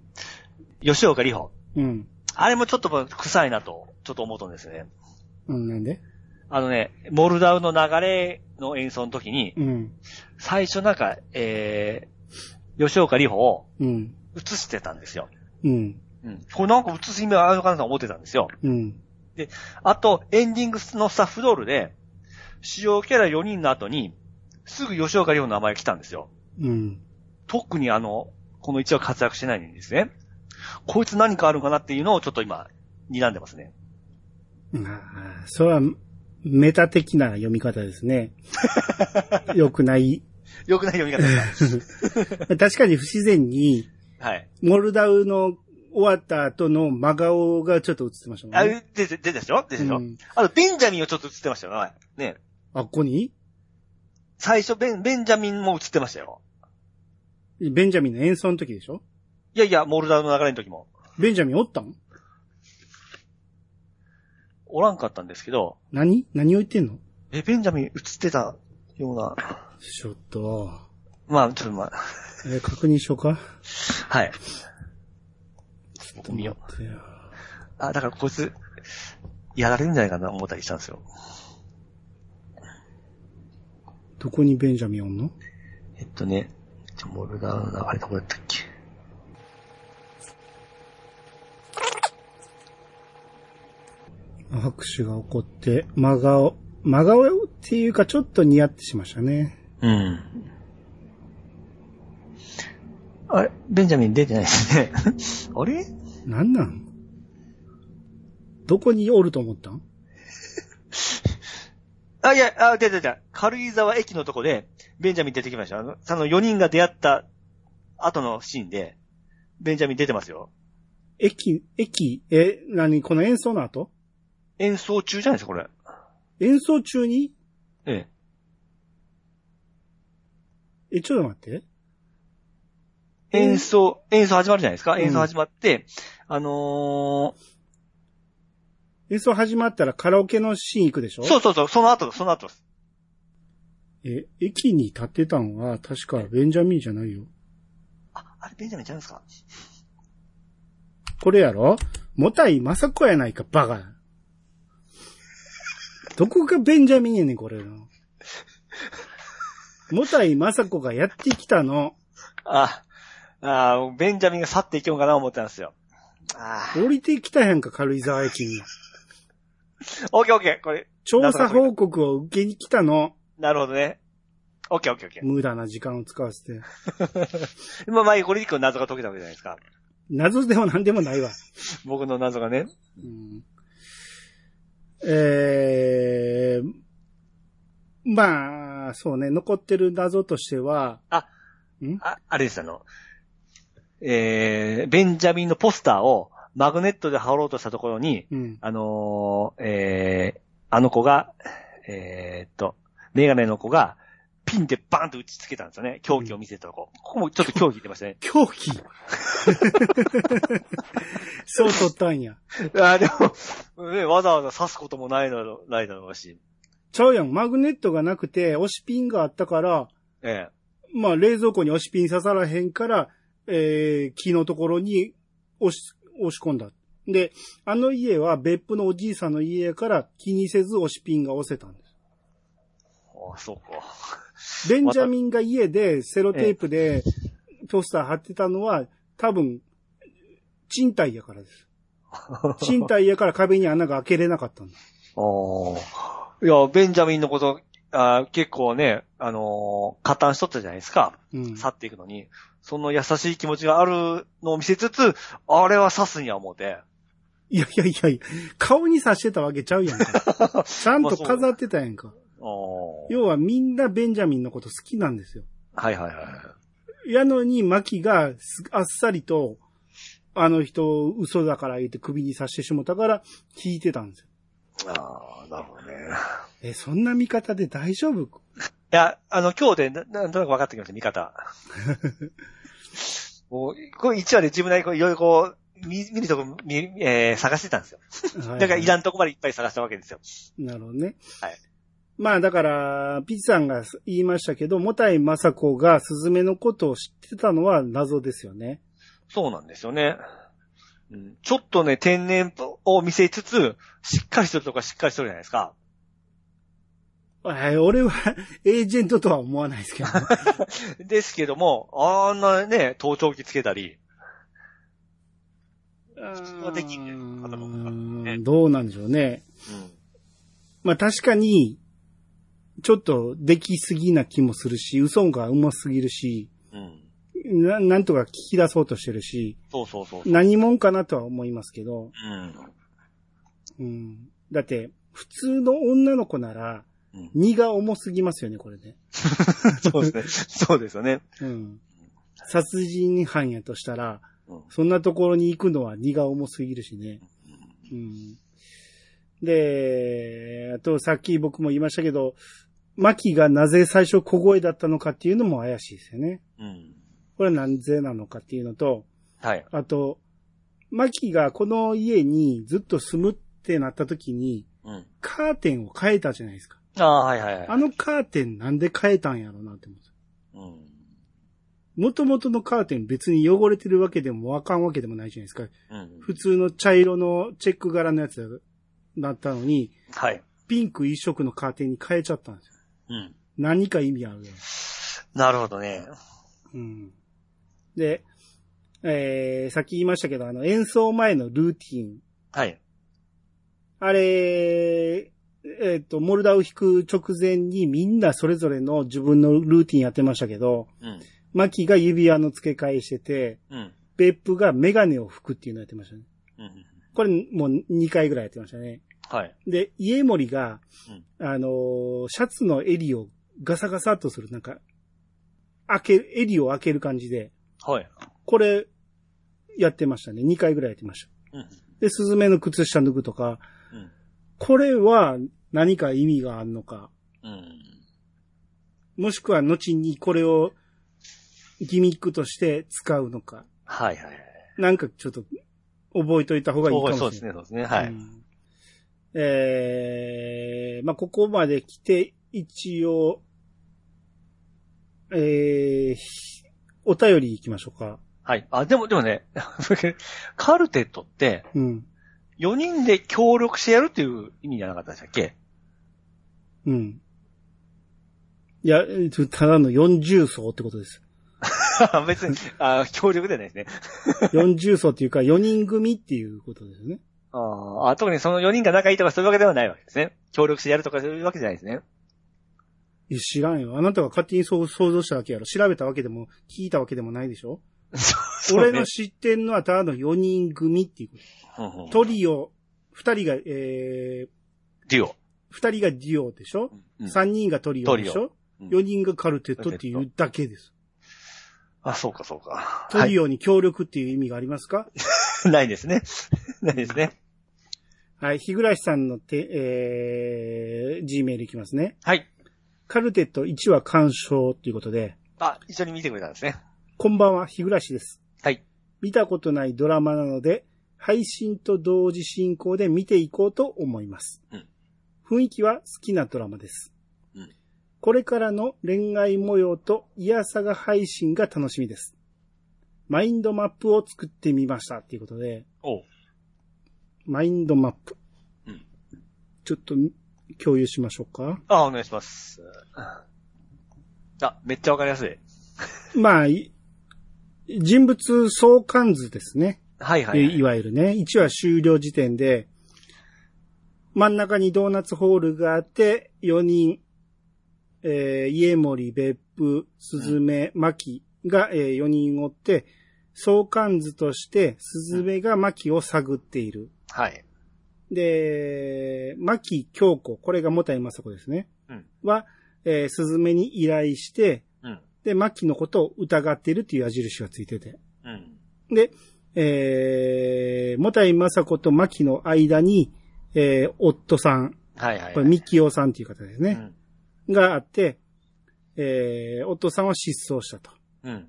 Speaker 2: ー、吉岡里帆。
Speaker 1: うん。
Speaker 2: あれもちょっと臭いなと、ちょっと思ったんですよね。
Speaker 1: うん、なんで
Speaker 2: あのね、モルダウの流れの演奏の時に、
Speaker 1: うん。
Speaker 2: 最初なんか、えー、吉岡里帆を
Speaker 1: うん。
Speaker 2: 映してたんですよ。
Speaker 1: うん。
Speaker 2: うん。これなんか映す意味はあるのかなと思ってたんですよ。
Speaker 1: うん。
Speaker 2: あと、エンディングのスタッフドールで、主要キャラ4人の後に、すぐ吉岡里帆の名前が来たんですよ。
Speaker 1: うん。
Speaker 2: 特にあの、この一話活躍してないんですね。こいつ何かあるのかなっていうのをちょっと今、睨んでますね。
Speaker 1: ああ、それは、メタ的な読み方です ね。良くない。
Speaker 2: よくない読み方です
Speaker 1: 確かに不自然に、
Speaker 2: かはい。
Speaker 1: モルダウの終わった後の真顔がちょっと映ってましたも
Speaker 2: あ、
Speaker 1: ん
Speaker 2: で
Speaker 1: ね。、
Speaker 2: で、ででしょででしょ、
Speaker 1: うん
Speaker 2: あと、ベンジャミンをちょっと映ってましたよ、前ね。
Speaker 1: あ、ここに
Speaker 2: 最初、ベン、ベンジャミンも映ってましたよ。
Speaker 1: ベンジャミンの演奏の時でしょ
Speaker 2: いやいや、モルダウの流れの時も。
Speaker 1: ベンジャミンおったん
Speaker 2: おらんかったんですけど、
Speaker 1: 何何を言ってんの
Speaker 2: え、ベンジャミン映ってたような。
Speaker 1: ちょっと、
Speaker 2: まあ、ちょっとまあ、
Speaker 1: えー確認しようか。
Speaker 2: はい。見よ
Speaker 1: 待ってよ
Speaker 2: う。あ、だからこいつ、やられるんじゃないかな思ったりしたんですよ。
Speaker 1: どこにベンジャミンおんの
Speaker 2: えっとね、じゃあモルダウの流れどこだったっけ
Speaker 1: 拍手が起こって、真顔。真顔っていうかちょっと似合ってしましたね。
Speaker 2: うん。あれベンジャミン出てないですね。 あれ
Speaker 1: なんなんどこにおると思ったん
Speaker 2: あ、いや、あ、出た出た。軽井沢駅のとこで、ベンジャミン出てきました。あの、その4人が出会った後のシーンで、ベンジャミン出てますよ。
Speaker 1: 駅、駅、え、何この演奏の後
Speaker 2: 演奏中じゃないですか、これ。
Speaker 1: 演奏中に
Speaker 2: ええ。
Speaker 1: え、ちょっと待って。
Speaker 2: 演奏、演奏始まるじゃないですか。
Speaker 1: うん
Speaker 2: 演奏始まって、あの
Speaker 1: 演奏始まったらカラオケのシーン行くでしょ
Speaker 2: ー、そうそうそう、その後、その後です。
Speaker 1: え、駅に立ってたんは確かベンジャミンじゃないよ。
Speaker 2: あ、あれベンジャミンちゃうんですか
Speaker 1: これやろもたいまさこやないか、バカ。どこがベンジャミンやねん、これの。もたいまさこがやってきたの。
Speaker 2: あ、あ、ベンジャミンが去っていきようかな思ってたんですよ。あ
Speaker 1: 降りてきたやんか、軽井沢駅に。
Speaker 2: オッケーオッケー。これ、
Speaker 1: 調査報告を受けに来たの。
Speaker 2: なるほどね。オッケーオッケーオッケ
Speaker 1: 無駄な時間を使わせて。
Speaker 2: ー。まあ、まあ、これ一個謎が解けたわけじゃないですか。
Speaker 1: 謎でも何でもないわ。
Speaker 2: 僕の謎がね。
Speaker 1: うんえー、まあ、そうね、残ってる謎としては、
Speaker 2: あ、あれです、あの、えー、ベンジャミンのポスターをマグネットで貼ろうとしたところに、
Speaker 1: うん、。
Speaker 2: あのー、えー、あの子が、えーっと、メガネの子が、ピンでバーンと打ちつけたんですよね。狂気を見せたとこ。ここもちょっと狂気ってましたね
Speaker 1: 狂気そう取ったんや。
Speaker 2: あーで も、ね、わざわざ刺すこともないだろう、ないだろうし。
Speaker 1: ちゃうやん、マグネットがなくて、押しピンがあったから、
Speaker 2: ええ
Speaker 1: まあ冷蔵庫に押しピン刺さらへんから、えー、木のところに押し、押し込んだ。で、あの家は別府のおじいさんの家やから気にせず押しピンが押せたんです。
Speaker 2: あそうか。
Speaker 1: ベンジャミンが家でセロテープでポスター貼ってたのは、多分、賃貸やから です。賃貸やから壁に穴が開けれなかったんです。
Speaker 2: おいや、ベンジャミンのこと、あー結構ね、あのー加担しとったじゃないですか。
Speaker 1: うん。
Speaker 2: 去っていくのに、その優しい気持ちがあるのを見せつつ、あれは刺すんや思うて。
Speaker 1: いやいやいやいや、顔に刺してたわけちゃうやん か。ちゃんと飾ってたやんか。
Speaker 2: おー
Speaker 1: 要はみんなベンジャミンのこと好きなんですよ。
Speaker 2: はいはいはい。
Speaker 1: やのに、マキがすあっさりと、あの人嘘だから言って首に刺してしもたから、聞いてたんですよ。
Speaker 2: ああ、なるほど ね。
Speaker 1: え、そんな見方で大丈夫
Speaker 2: いや、あの、今日でななんとなく分かってきました、見 方。もう、これ1話で自分なりにこういろいろこう、見、見るとこ、見、えー探してたんですよ。 だからいらんとこまでいっぱい探したわけですよ。
Speaker 1: なるほどね。
Speaker 2: はい。
Speaker 1: まあだから、ピチさんが言いましたけど、モタイマサコがスズメのことを知ってたのは謎ですよね。
Speaker 2: そうなんですよね。うん、ちょっとね、天然を見せつつ、しっかりしとるとこはしっかりしとるじゃないですか。
Speaker 1: はい、俺は エージェントとは思わないですけど、ね、
Speaker 2: ですけども、あんなね、盗聴器つけたり、はできんね
Speaker 1: う
Speaker 2: 頭の中
Speaker 1: ー
Speaker 2: ね
Speaker 1: んどうなんでしょうね。まあ確かに、ちょっとできすぎな気もするし、嘘がうますぎるし、
Speaker 2: うん。うん。
Speaker 1: ななんとか聞き出そうとしてるし、
Speaker 2: そうそうそう。
Speaker 1: 何者かなとは思いますけど、
Speaker 2: うん。
Speaker 1: うん、だって、普通の女の子なら、
Speaker 2: うん、
Speaker 1: 荷が重すぎますよね、これね。
Speaker 2: そうですね。そうですよね。
Speaker 1: うん。殺人犯やとしたら、
Speaker 2: うん。
Speaker 1: そんなところに行くのは荷が重すぎるしね。うん。で、あとさっき僕も言いましたけど、マキがなぜ最初小声だったのかっていうのも怪しいですよね。
Speaker 2: うん。
Speaker 1: これはなぜなのかっていうのと、
Speaker 2: はい。
Speaker 1: あと、マキがこの家にずっと住むってなった時に、
Speaker 2: うん。
Speaker 1: カーテンを変えたじゃないですか。
Speaker 2: ああ、はいはいはい。
Speaker 1: あのカーテンなんで変えたんやろうなって思うんですよ
Speaker 2: うん。
Speaker 1: 元々のカーテン別に汚れてるわけでもあかんわけでもないじゃないですか。
Speaker 2: うん。
Speaker 1: 普通の茶色のチェック柄のやつだったのに、
Speaker 2: はい。
Speaker 1: ピンク一色のカーテンに変えちゃったんですよ。
Speaker 2: うん。
Speaker 1: 何か意味あるよ。
Speaker 2: なるほどね。
Speaker 1: うん。で、えー、さっき言いましたけど、あの、演奏前のルーティン。
Speaker 2: はい。
Speaker 1: あれ、えっ、と、モルダを弾く直前にみんなそれぞれの自分のルーティンやってましたけど、
Speaker 2: うん。
Speaker 1: マキが指輪の付け替えしてて、
Speaker 2: うん。
Speaker 1: ベップがメガネを拭くっていうのやってましたね。
Speaker 2: うん。
Speaker 1: これもう2回ぐらいやってましたね。
Speaker 2: はい。
Speaker 1: で、家森が、あのーシャツの襟をガサガサっとする、なんか、開け、襟を開ける感じで、
Speaker 2: はい。
Speaker 1: これ、やってましたね。2回ぐらいやってました。
Speaker 2: うん。
Speaker 1: で、スズメの靴下脱ぐとか、
Speaker 2: うん。
Speaker 1: これは何か意味があるのか、
Speaker 2: うん。
Speaker 1: もしくは後にこれをギミックとして使うのか、
Speaker 2: はいはいはい。
Speaker 1: なんかちょっと覚えといた方がいいかもしれない。
Speaker 2: そうですね、そうですね。は
Speaker 1: う
Speaker 2: い。
Speaker 1: んえー、まあ、ここまで来て、一応、えー、ひお便り行きましょうか。
Speaker 2: はい。あ、でも、でもね、 カルテットって、
Speaker 1: うん。
Speaker 2: 4人で協力してやるっていう意味じゃなかったでしたっけ
Speaker 1: うん。いや、えーただの40層ってことです。
Speaker 2: 別に、あ協力ではないですね。
Speaker 1: 40層っていうか、4人組っていうことですよね。
Speaker 2: ああ、特にその4人が仲いいとかそういうわけではないわけですね。協力してやるとかそういうわけじゃないですね。
Speaker 1: いや知らんよ。あなたが勝手にそう想像したわけやろ。調べたわけでも、聞いたわけでもないでしょ、
Speaker 2: そう
Speaker 1: 俺の知ってんのはただの4人組っていうこ
Speaker 2: そうねうんうん
Speaker 1: と。トリオ、2人が、えー、
Speaker 2: デュオ。
Speaker 1: 2人がデュオでしょ、
Speaker 2: うん
Speaker 1: ?3 人がトリオでしょ
Speaker 2: うん
Speaker 1: ?4 人がカルテットっていうだけです。
Speaker 2: あ、そうかそうか。
Speaker 1: トリオに協力っていう意味がありますか
Speaker 2: はい、 ないですね。ないですね。
Speaker 1: はい。日暮さんのて、えー、G メールいきますね。
Speaker 2: はい。
Speaker 1: カルテット1話鑑賞ということで、
Speaker 2: あ、一緒に見てくれたんですね。
Speaker 1: こんばんは、日暮です。
Speaker 2: はい。
Speaker 1: 見たことないドラマなので、配信と同時進行で見ていこうと思います。
Speaker 2: うん
Speaker 1: 雰囲気は好きなドラマです。
Speaker 2: うん
Speaker 1: これからの恋愛模様と癒さが配信が楽しみです。マインドマップを作ってみましたということで、
Speaker 2: おう。
Speaker 1: マインドマップ。
Speaker 2: うん
Speaker 1: ちょっと共有しましょうか。
Speaker 2: あ、お願いします。あ、めっちゃわかりやすい。
Speaker 1: まあ、い人物相関図ですね。
Speaker 2: はいはいい、
Speaker 1: い
Speaker 2: はい。
Speaker 1: わゆるね、1話終了時点で、真ん中にドーナツホールがあって、4人、えー、家森、別府、スズメ、牧が、え4人おって、相関図として、スズメが牧を探っている。
Speaker 2: はい。
Speaker 1: で、牧京子、これがもたいまさこですね。
Speaker 2: うん
Speaker 1: は、えー、スズメに依頼して、
Speaker 2: うん。
Speaker 1: で、牧のことを疑っているという矢印がついてて。
Speaker 2: うん。
Speaker 1: で、えー、もたいまさことまきの間に、えー、夫さん、
Speaker 2: はいはい、はい。
Speaker 1: これ、みきおさんという方です
Speaker 2: う
Speaker 1: ね、
Speaker 2: ん。
Speaker 1: があって、えー、夫さんは失踪したと。
Speaker 2: うん。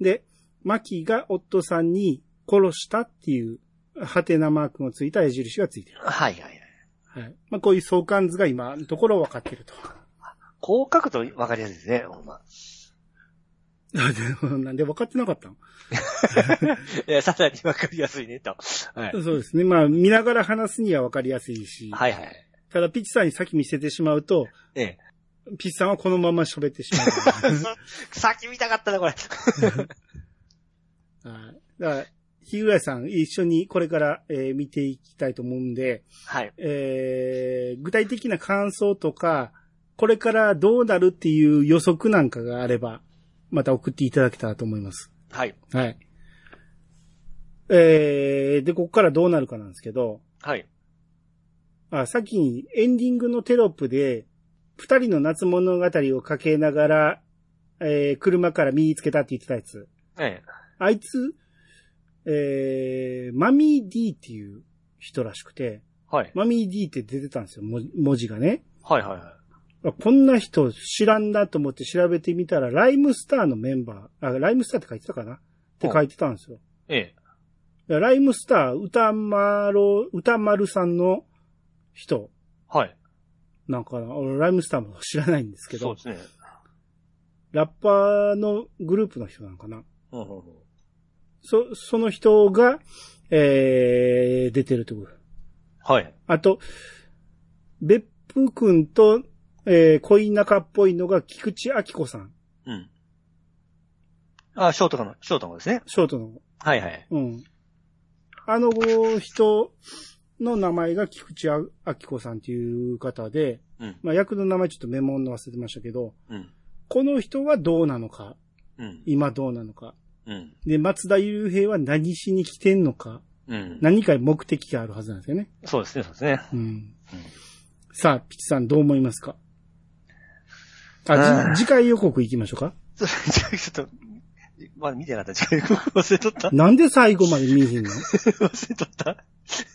Speaker 1: で、まきが夫さんに殺したっていう、ハテナマークのついた矢印がついてる。
Speaker 2: はいはいはい。
Speaker 1: はい。まあ、こういう相関図が今のところ分かってると。
Speaker 2: こう書くとわかりやすいですね、ほんま。
Speaker 1: なんで分かってなかったの
Speaker 2: いや、さらにわかりやすいね、と。はい。
Speaker 1: そうですね。まあ、見ながら話すには分かりやすいし、
Speaker 2: はいはい。
Speaker 1: ただピッチさんに先見せてしまうと、
Speaker 2: え え。
Speaker 1: ピッチさんはこのまま喋ってしまう。
Speaker 2: 先見たかったな、これ。
Speaker 1: はい。だから、日暮さん一緒にこれから、えー見ていきたいと思うんで、
Speaker 2: はい。
Speaker 1: えー具体的な感想とか、これからどうなるっていう予測なんかがあれば、また送っていただけたらと思います。
Speaker 2: はい。
Speaker 1: はい。えー、で、ここからどうなるかなんですけど、
Speaker 2: はい。
Speaker 1: あ、先にエンディングのテロップで、二人の夏物語をかけながら、えー車から身につけたって言ってたやつ。
Speaker 2: え
Speaker 1: あいつ、えー、マミー D っていう人らしくて、
Speaker 2: え。はい。
Speaker 1: マミー D って出てたんですよ、文文字がね。
Speaker 2: はいはいはい。
Speaker 1: あこんな人知らんなと思って調べてみたら、ライムスターのメンバー、あ、ライムスターって書いてたかなって書いてたんですよ。
Speaker 2: ええ。
Speaker 1: だからライムスター、歌丸、歌丸さんの人
Speaker 2: はい。
Speaker 1: なんかな俺ライムスターも知らないんですけ
Speaker 2: そう
Speaker 1: ど
Speaker 2: で、すね。
Speaker 1: ラッパーのグループの人なのかな
Speaker 2: うんうんうん。
Speaker 1: そ、その人が、えー、出てるってこと。
Speaker 2: はい。
Speaker 1: あと、別府くんと、えー、恋仲っぽいのが菊池明子さん。
Speaker 2: うん。あ、ショートかの、ショートのですね。
Speaker 1: ショートの。
Speaker 2: はいはい。
Speaker 1: うん。あの人の名前が菊池明子さんっていう方で、
Speaker 2: うん。
Speaker 1: まあ、役の名前ちょっとメモんの忘れてましたけど、
Speaker 2: うん。
Speaker 1: この人はどうなのか、
Speaker 2: うん。
Speaker 1: 今どうなのか。
Speaker 2: うん。
Speaker 1: で、松田優平は何しに来てんのか、
Speaker 2: うん。
Speaker 1: 何か目的があるはずなんですよね。
Speaker 2: そうですね、そうですね。
Speaker 1: うん。さあ、ピチさんどう思いますかあ、
Speaker 2: うん
Speaker 1: じ次回予告行きましょうか
Speaker 2: それちょっと、まだ見てなかった。ちょっと 忘れとった
Speaker 1: なんで最後まで見えへんの
Speaker 2: 忘れとった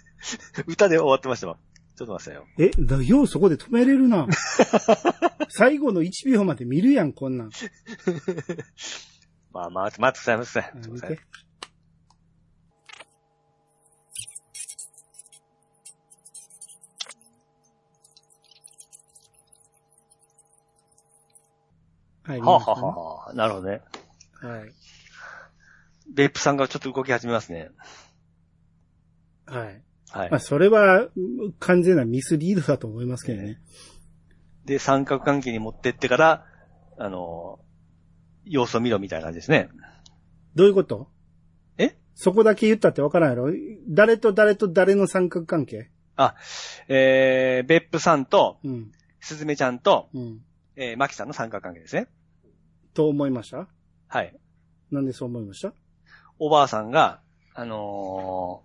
Speaker 2: 歌で終わってましたわ。ちょっと待ってくださいよ。
Speaker 1: え、だようそこで止めれる な。最後の1秒まで見るやん、こんなん。
Speaker 2: まあまあ、待ってください、待ってください。
Speaker 1: あ
Speaker 2: 待って
Speaker 1: 見
Speaker 2: ください
Speaker 1: て。はい。
Speaker 2: はあ、はあはあはあ、なるほどね。
Speaker 1: あ、はい。
Speaker 2: ベイプさんがちょっと動き始めますね。
Speaker 1: はい。
Speaker 2: はい
Speaker 1: まあ、。それは、うん完全なミスリードだと思いますけどね。
Speaker 2: で、三角関係に持ってってから、あのー様子を見ろみたいな感じですね。
Speaker 1: どういうこと
Speaker 2: え
Speaker 1: そこだけ言ったってわからんやろ誰と誰と誰の三角関係
Speaker 2: えー、別府さんと、
Speaker 1: うん。
Speaker 2: すずめちゃんと、
Speaker 1: うん。
Speaker 2: えー、まきさんの三角関係ですね。
Speaker 1: と思いました
Speaker 2: はい。
Speaker 1: なんでそう思いました
Speaker 2: おばあさんが、あの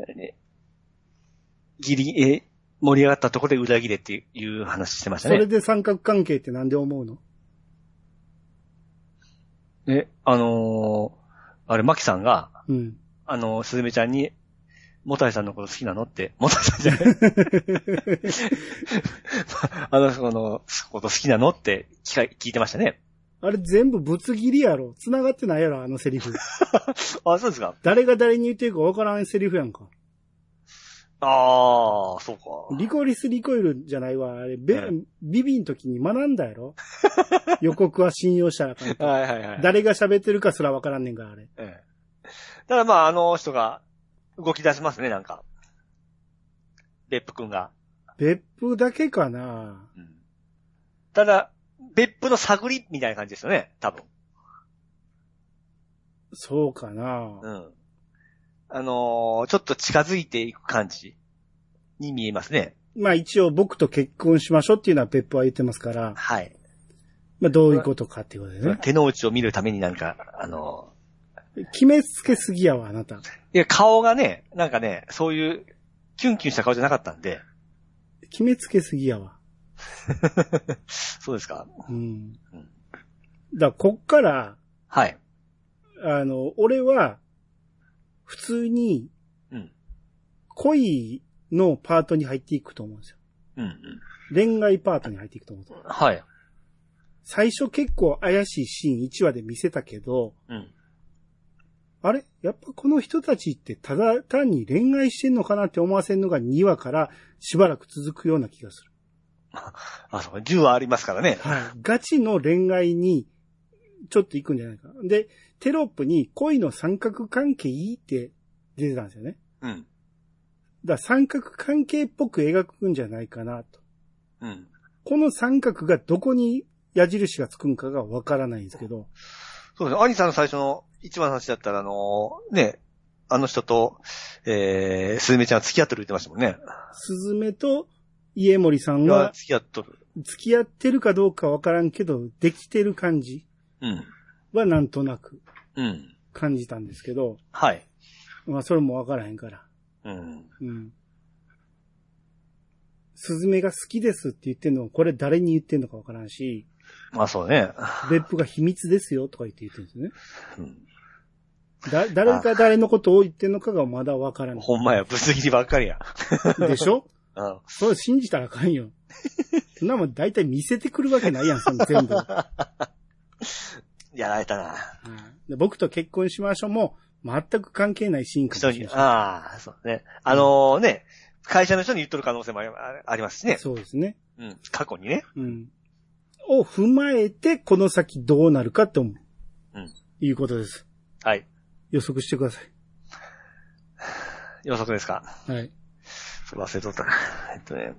Speaker 2: ー、えギリ、えー、盛り上がったところで裏切れっていう話してまし
Speaker 1: そ
Speaker 2: た
Speaker 1: れ
Speaker 2: ね。
Speaker 1: で三角関係ってなんで思うの
Speaker 2: え、あのー、あれ、まきさんが、
Speaker 1: うん。
Speaker 2: あのー、すずめちゃんに、もたいさんのこと好きなのって、もたいさんじゃ ないあの子のこと好きなのって聞か聞いてましたね。
Speaker 1: あれ全部ぶつ切りやろ繋がってないやろあのセリフ。
Speaker 2: あ、そうですか。
Speaker 1: 誰が誰に言ってるかわからんセリフやんか。
Speaker 2: ああ、そうか。
Speaker 1: リコリスリコイルじゃないわ。あれ、べ
Speaker 2: う
Speaker 1: ビビん時に学んだやろ 予告は信用したらあかんと
Speaker 2: はいはいはい。
Speaker 1: 誰が喋ってるかすらわからんねんから、あれ。
Speaker 2: ええただまあ、あの人が動き出しますね、なんか。別府くんが。
Speaker 1: 別府だけかな
Speaker 2: ただ、別府の探りみたいな感じですよね、多分。
Speaker 1: そうかな
Speaker 2: うん。あのーちょっと近づいていく感じに見えますね。
Speaker 1: まあ一応僕と結婚しましょうっていうのは別府は言ってますから、
Speaker 2: はい。
Speaker 1: まあどういうことかっていうことでね。
Speaker 2: 手の内を見るためになんか、あの
Speaker 1: 決めつけすぎやわ、あなた。
Speaker 2: ーいや、顔がね、なんかね、そういう、キュンキュンした顔じゃなかったんで。
Speaker 1: 決めつけすぎやわ。
Speaker 2: そうですか
Speaker 1: うん。だから
Speaker 2: うん
Speaker 1: こっから、
Speaker 2: はい。
Speaker 1: あの、俺は、普通に
Speaker 2: うん。
Speaker 1: 恋のパートに入っていくと思うんですよ。
Speaker 2: うん、うん。
Speaker 1: 恋愛パートに入っていくと思うんですよ。
Speaker 2: はい。
Speaker 1: 最初結構怪しいシーン1話で見せたけど、
Speaker 2: うん。
Speaker 1: あれやっぱこの人たちってただ単に恋愛してんのかなって思わせるのが2話からしばらく続くような気がする。
Speaker 2: あ、そう、銃はありますからね。
Speaker 1: はい。ガチの恋愛にちょっと行くんじゃないか。で、テロップに恋の三角関係いいって出てたんですよね。
Speaker 2: うん。
Speaker 1: だから三角関係っぽく描くんじゃないかなと。
Speaker 2: うん。
Speaker 1: この三角がどこに矢印がつくんかがわからないんですけど、
Speaker 2: そうですね。兄さんの最初の一番の話だったら、あのーね、あの人と、えー、すずめちゃんは付き合ってるって言ってましたもんね。
Speaker 1: スズメと家森さん
Speaker 2: いや
Speaker 1: は
Speaker 2: 付き合っとる。
Speaker 1: 付き合ってるかどうかわからんけど、できてる感じ
Speaker 2: うん。
Speaker 1: はなんとなく
Speaker 2: うん。
Speaker 1: 感じたんですけど、
Speaker 2: はい。
Speaker 1: まあそれもわからへんから。
Speaker 2: うん。
Speaker 1: うん。スズメが好きですって言ってんのをこれ誰に言ってんのかわからんし、
Speaker 2: まあそうね。
Speaker 1: 別府が秘密ですよとか言って言ってるんですね。
Speaker 2: うん
Speaker 1: だ、誰か誰のことを言ってんのかがまだわからん。
Speaker 2: ほんまや、ぶつ切りばっかりや。
Speaker 1: でしょ
Speaker 2: うん。
Speaker 1: それ信じたらあかんよ。そんなもん大体見せてくるわけないやん、その全 部。うん
Speaker 2: やられたな。
Speaker 1: で僕と結婚しましょうも、全く関係ないシーンか
Speaker 2: 人
Speaker 1: もしれ
Speaker 2: に、
Speaker 1: な
Speaker 2: ああ、そうね。あのーね、会社の人に言っとる可能性もありありますし
Speaker 1: い。
Speaker 2: ね。
Speaker 1: そうですね。
Speaker 2: うん。過去にね。
Speaker 1: うん。を踏まえて、この先どうなるかと思う。
Speaker 2: うん。
Speaker 1: いうことです。
Speaker 2: はい。
Speaker 1: 予測してくださ
Speaker 2: 予測ですか。
Speaker 1: い。はい。
Speaker 2: 忘れとったな。 えっとね。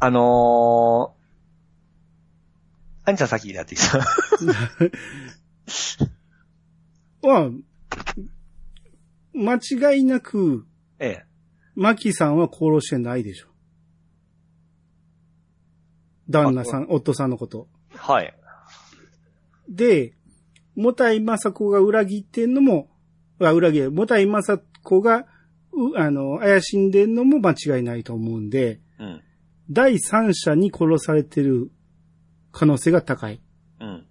Speaker 2: あのー、アニさん先だって言ってた。
Speaker 1: まあ、間違いなく、
Speaker 2: ええ。
Speaker 1: マキさんは殺してないでしょ。旦那さん、夫さんのこと。
Speaker 2: はい。
Speaker 1: で、もたいまさこが裏切ってんのも、あ裏切る。もたいまさこが、う、あの、怪しんでんのも間違いないと思うんで、
Speaker 2: うん。
Speaker 1: 第三者に殺されてる可能性が高い。
Speaker 2: うん。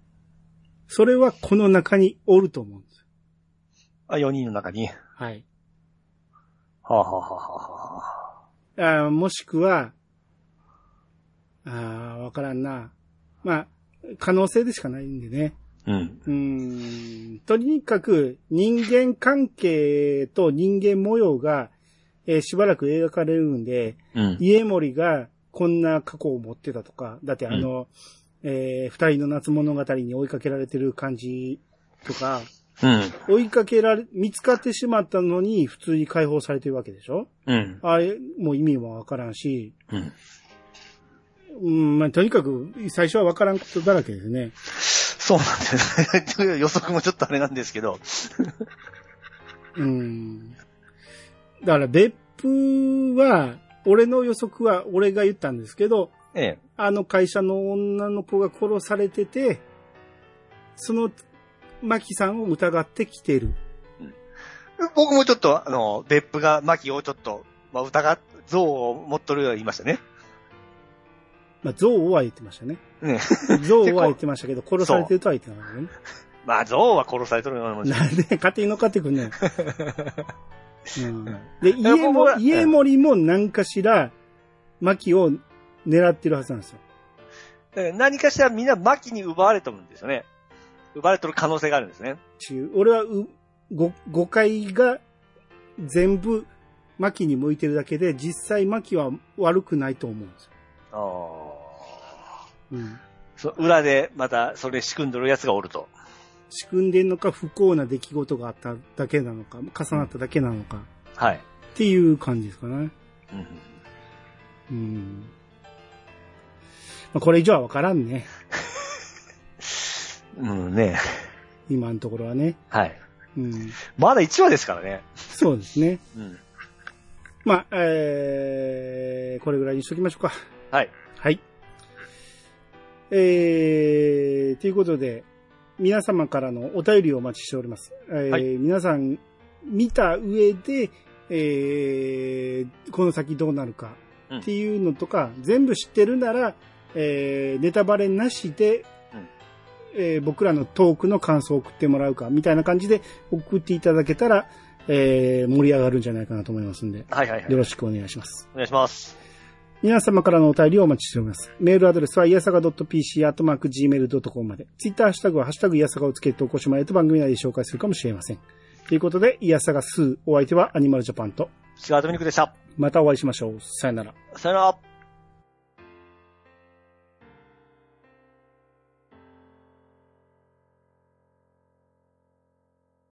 Speaker 1: それはこの中におると思うんです。
Speaker 2: あ、4人の中に。は
Speaker 1: はい。
Speaker 2: あ、はあはあはあはあ、
Speaker 1: あーもしくは、ああ、わからんな。まあ、可能性でしかないんでね。
Speaker 2: うん。
Speaker 1: うーんとにかく人間関係と人間模様が、えーしばらく描かれるんで、
Speaker 2: うん。
Speaker 1: 家森がこんな過去を持ってたとか、だってあの、えー二人の夏物語に追いかけられてる感じとか、
Speaker 2: うん。
Speaker 1: 追いかけられ、見つかってしまったのに普通に解放されてるわけでしょ
Speaker 2: うん。
Speaker 1: あれ、もう意味もわからんし、
Speaker 2: うん。
Speaker 1: うん、まあ、とにかく最初はわからんことだらけですね。
Speaker 2: そうなんです ね。予測もちょっとあれなんですけど。
Speaker 1: うん。だから別府は、俺の予測は俺が言ったんですけど、
Speaker 2: ええ。
Speaker 1: あの会社の女の子が殺されてて、その、マキさんを疑って来てる。
Speaker 2: 僕もちょっと、あの、別府がマキをちょっと、まあ、疑っ、像を持っとるように言いましたね。
Speaker 1: まあ、憎悪は言ってましたね。
Speaker 2: ね。
Speaker 1: 憎悪は言ってました けど、殺されてるとは言ってなかったね。
Speaker 2: まあ、像は殺されとるようなもんじゃ
Speaker 1: なんで勝手に乗っかってくん ねん。うん、で、
Speaker 2: いや
Speaker 1: 家
Speaker 2: 僕
Speaker 1: も
Speaker 2: は、うん
Speaker 1: 家森も何かしら、マキを狙ってるはずなんですよ。
Speaker 2: だから何かしらみんなマキに奪われとるんですよね。奪われとる可能性があるんですね。
Speaker 1: ちゅう俺はう、ご、誤解が全部、マキに向いてるだけで、実際マキは悪くないと思うんですよ。
Speaker 2: ああ。
Speaker 1: うん。
Speaker 2: そ裏でまたそれ仕組んどる奴がおると。
Speaker 1: 仕組んでんのか、不幸な出来事があっただけなのか、重なっただけなのか、
Speaker 2: はい。
Speaker 1: っていう感じですかね。
Speaker 2: うんうん
Speaker 1: うん。まあ、これ以上はわからんね。
Speaker 2: うんね。
Speaker 1: 今のところはね。
Speaker 2: はい。
Speaker 1: うん。
Speaker 2: まだ1話ですからね。
Speaker 1: そうですね。
Speaker 2: うん。
Speaker 1: まあ、えー、これぐらいにしときましょうか。
Speaker 2: はい。
Speaker 1: はい。えー、ということで、皆様からのお便りをお待ちしております。えー
Speaker 2: はい
Speaker 1: 皆さん、見た上で、えー、この先どうなるか
Speaker 2: うん
Speaker 1: っていうのとか、全部知ってるなら、えー、ネタバレなしで、
Speaker 2: うん
Speaker 1: えー僕らのトークの感想を送ってもらうか、みたいな感じで送っていただけたら、えー、盛り上がるんじゃないかなと思いますんで、
Speaker 2: はいはいはい。
Speaker 1: よろ
Speaker 2: しく
Speaker 1: しくお願いします。
Speaker 2: お願いします。
Speaker 1: 皆様からのお便りをお待ちしております。メールアドレスは、いやさが .pc、アットマーク、gmail.com まで。ツイッターハッシュタグは、ハッシュタグ、いやさがをつけておこしまえと番組内で紹介するかもしれません。ということで、いやさが2、お相手はアニマルジャパンと、
Speaker 2: シガートミルクでした。
Speaker 1: またお会いしましょう。さよなら。
Speaker 2: さよなら。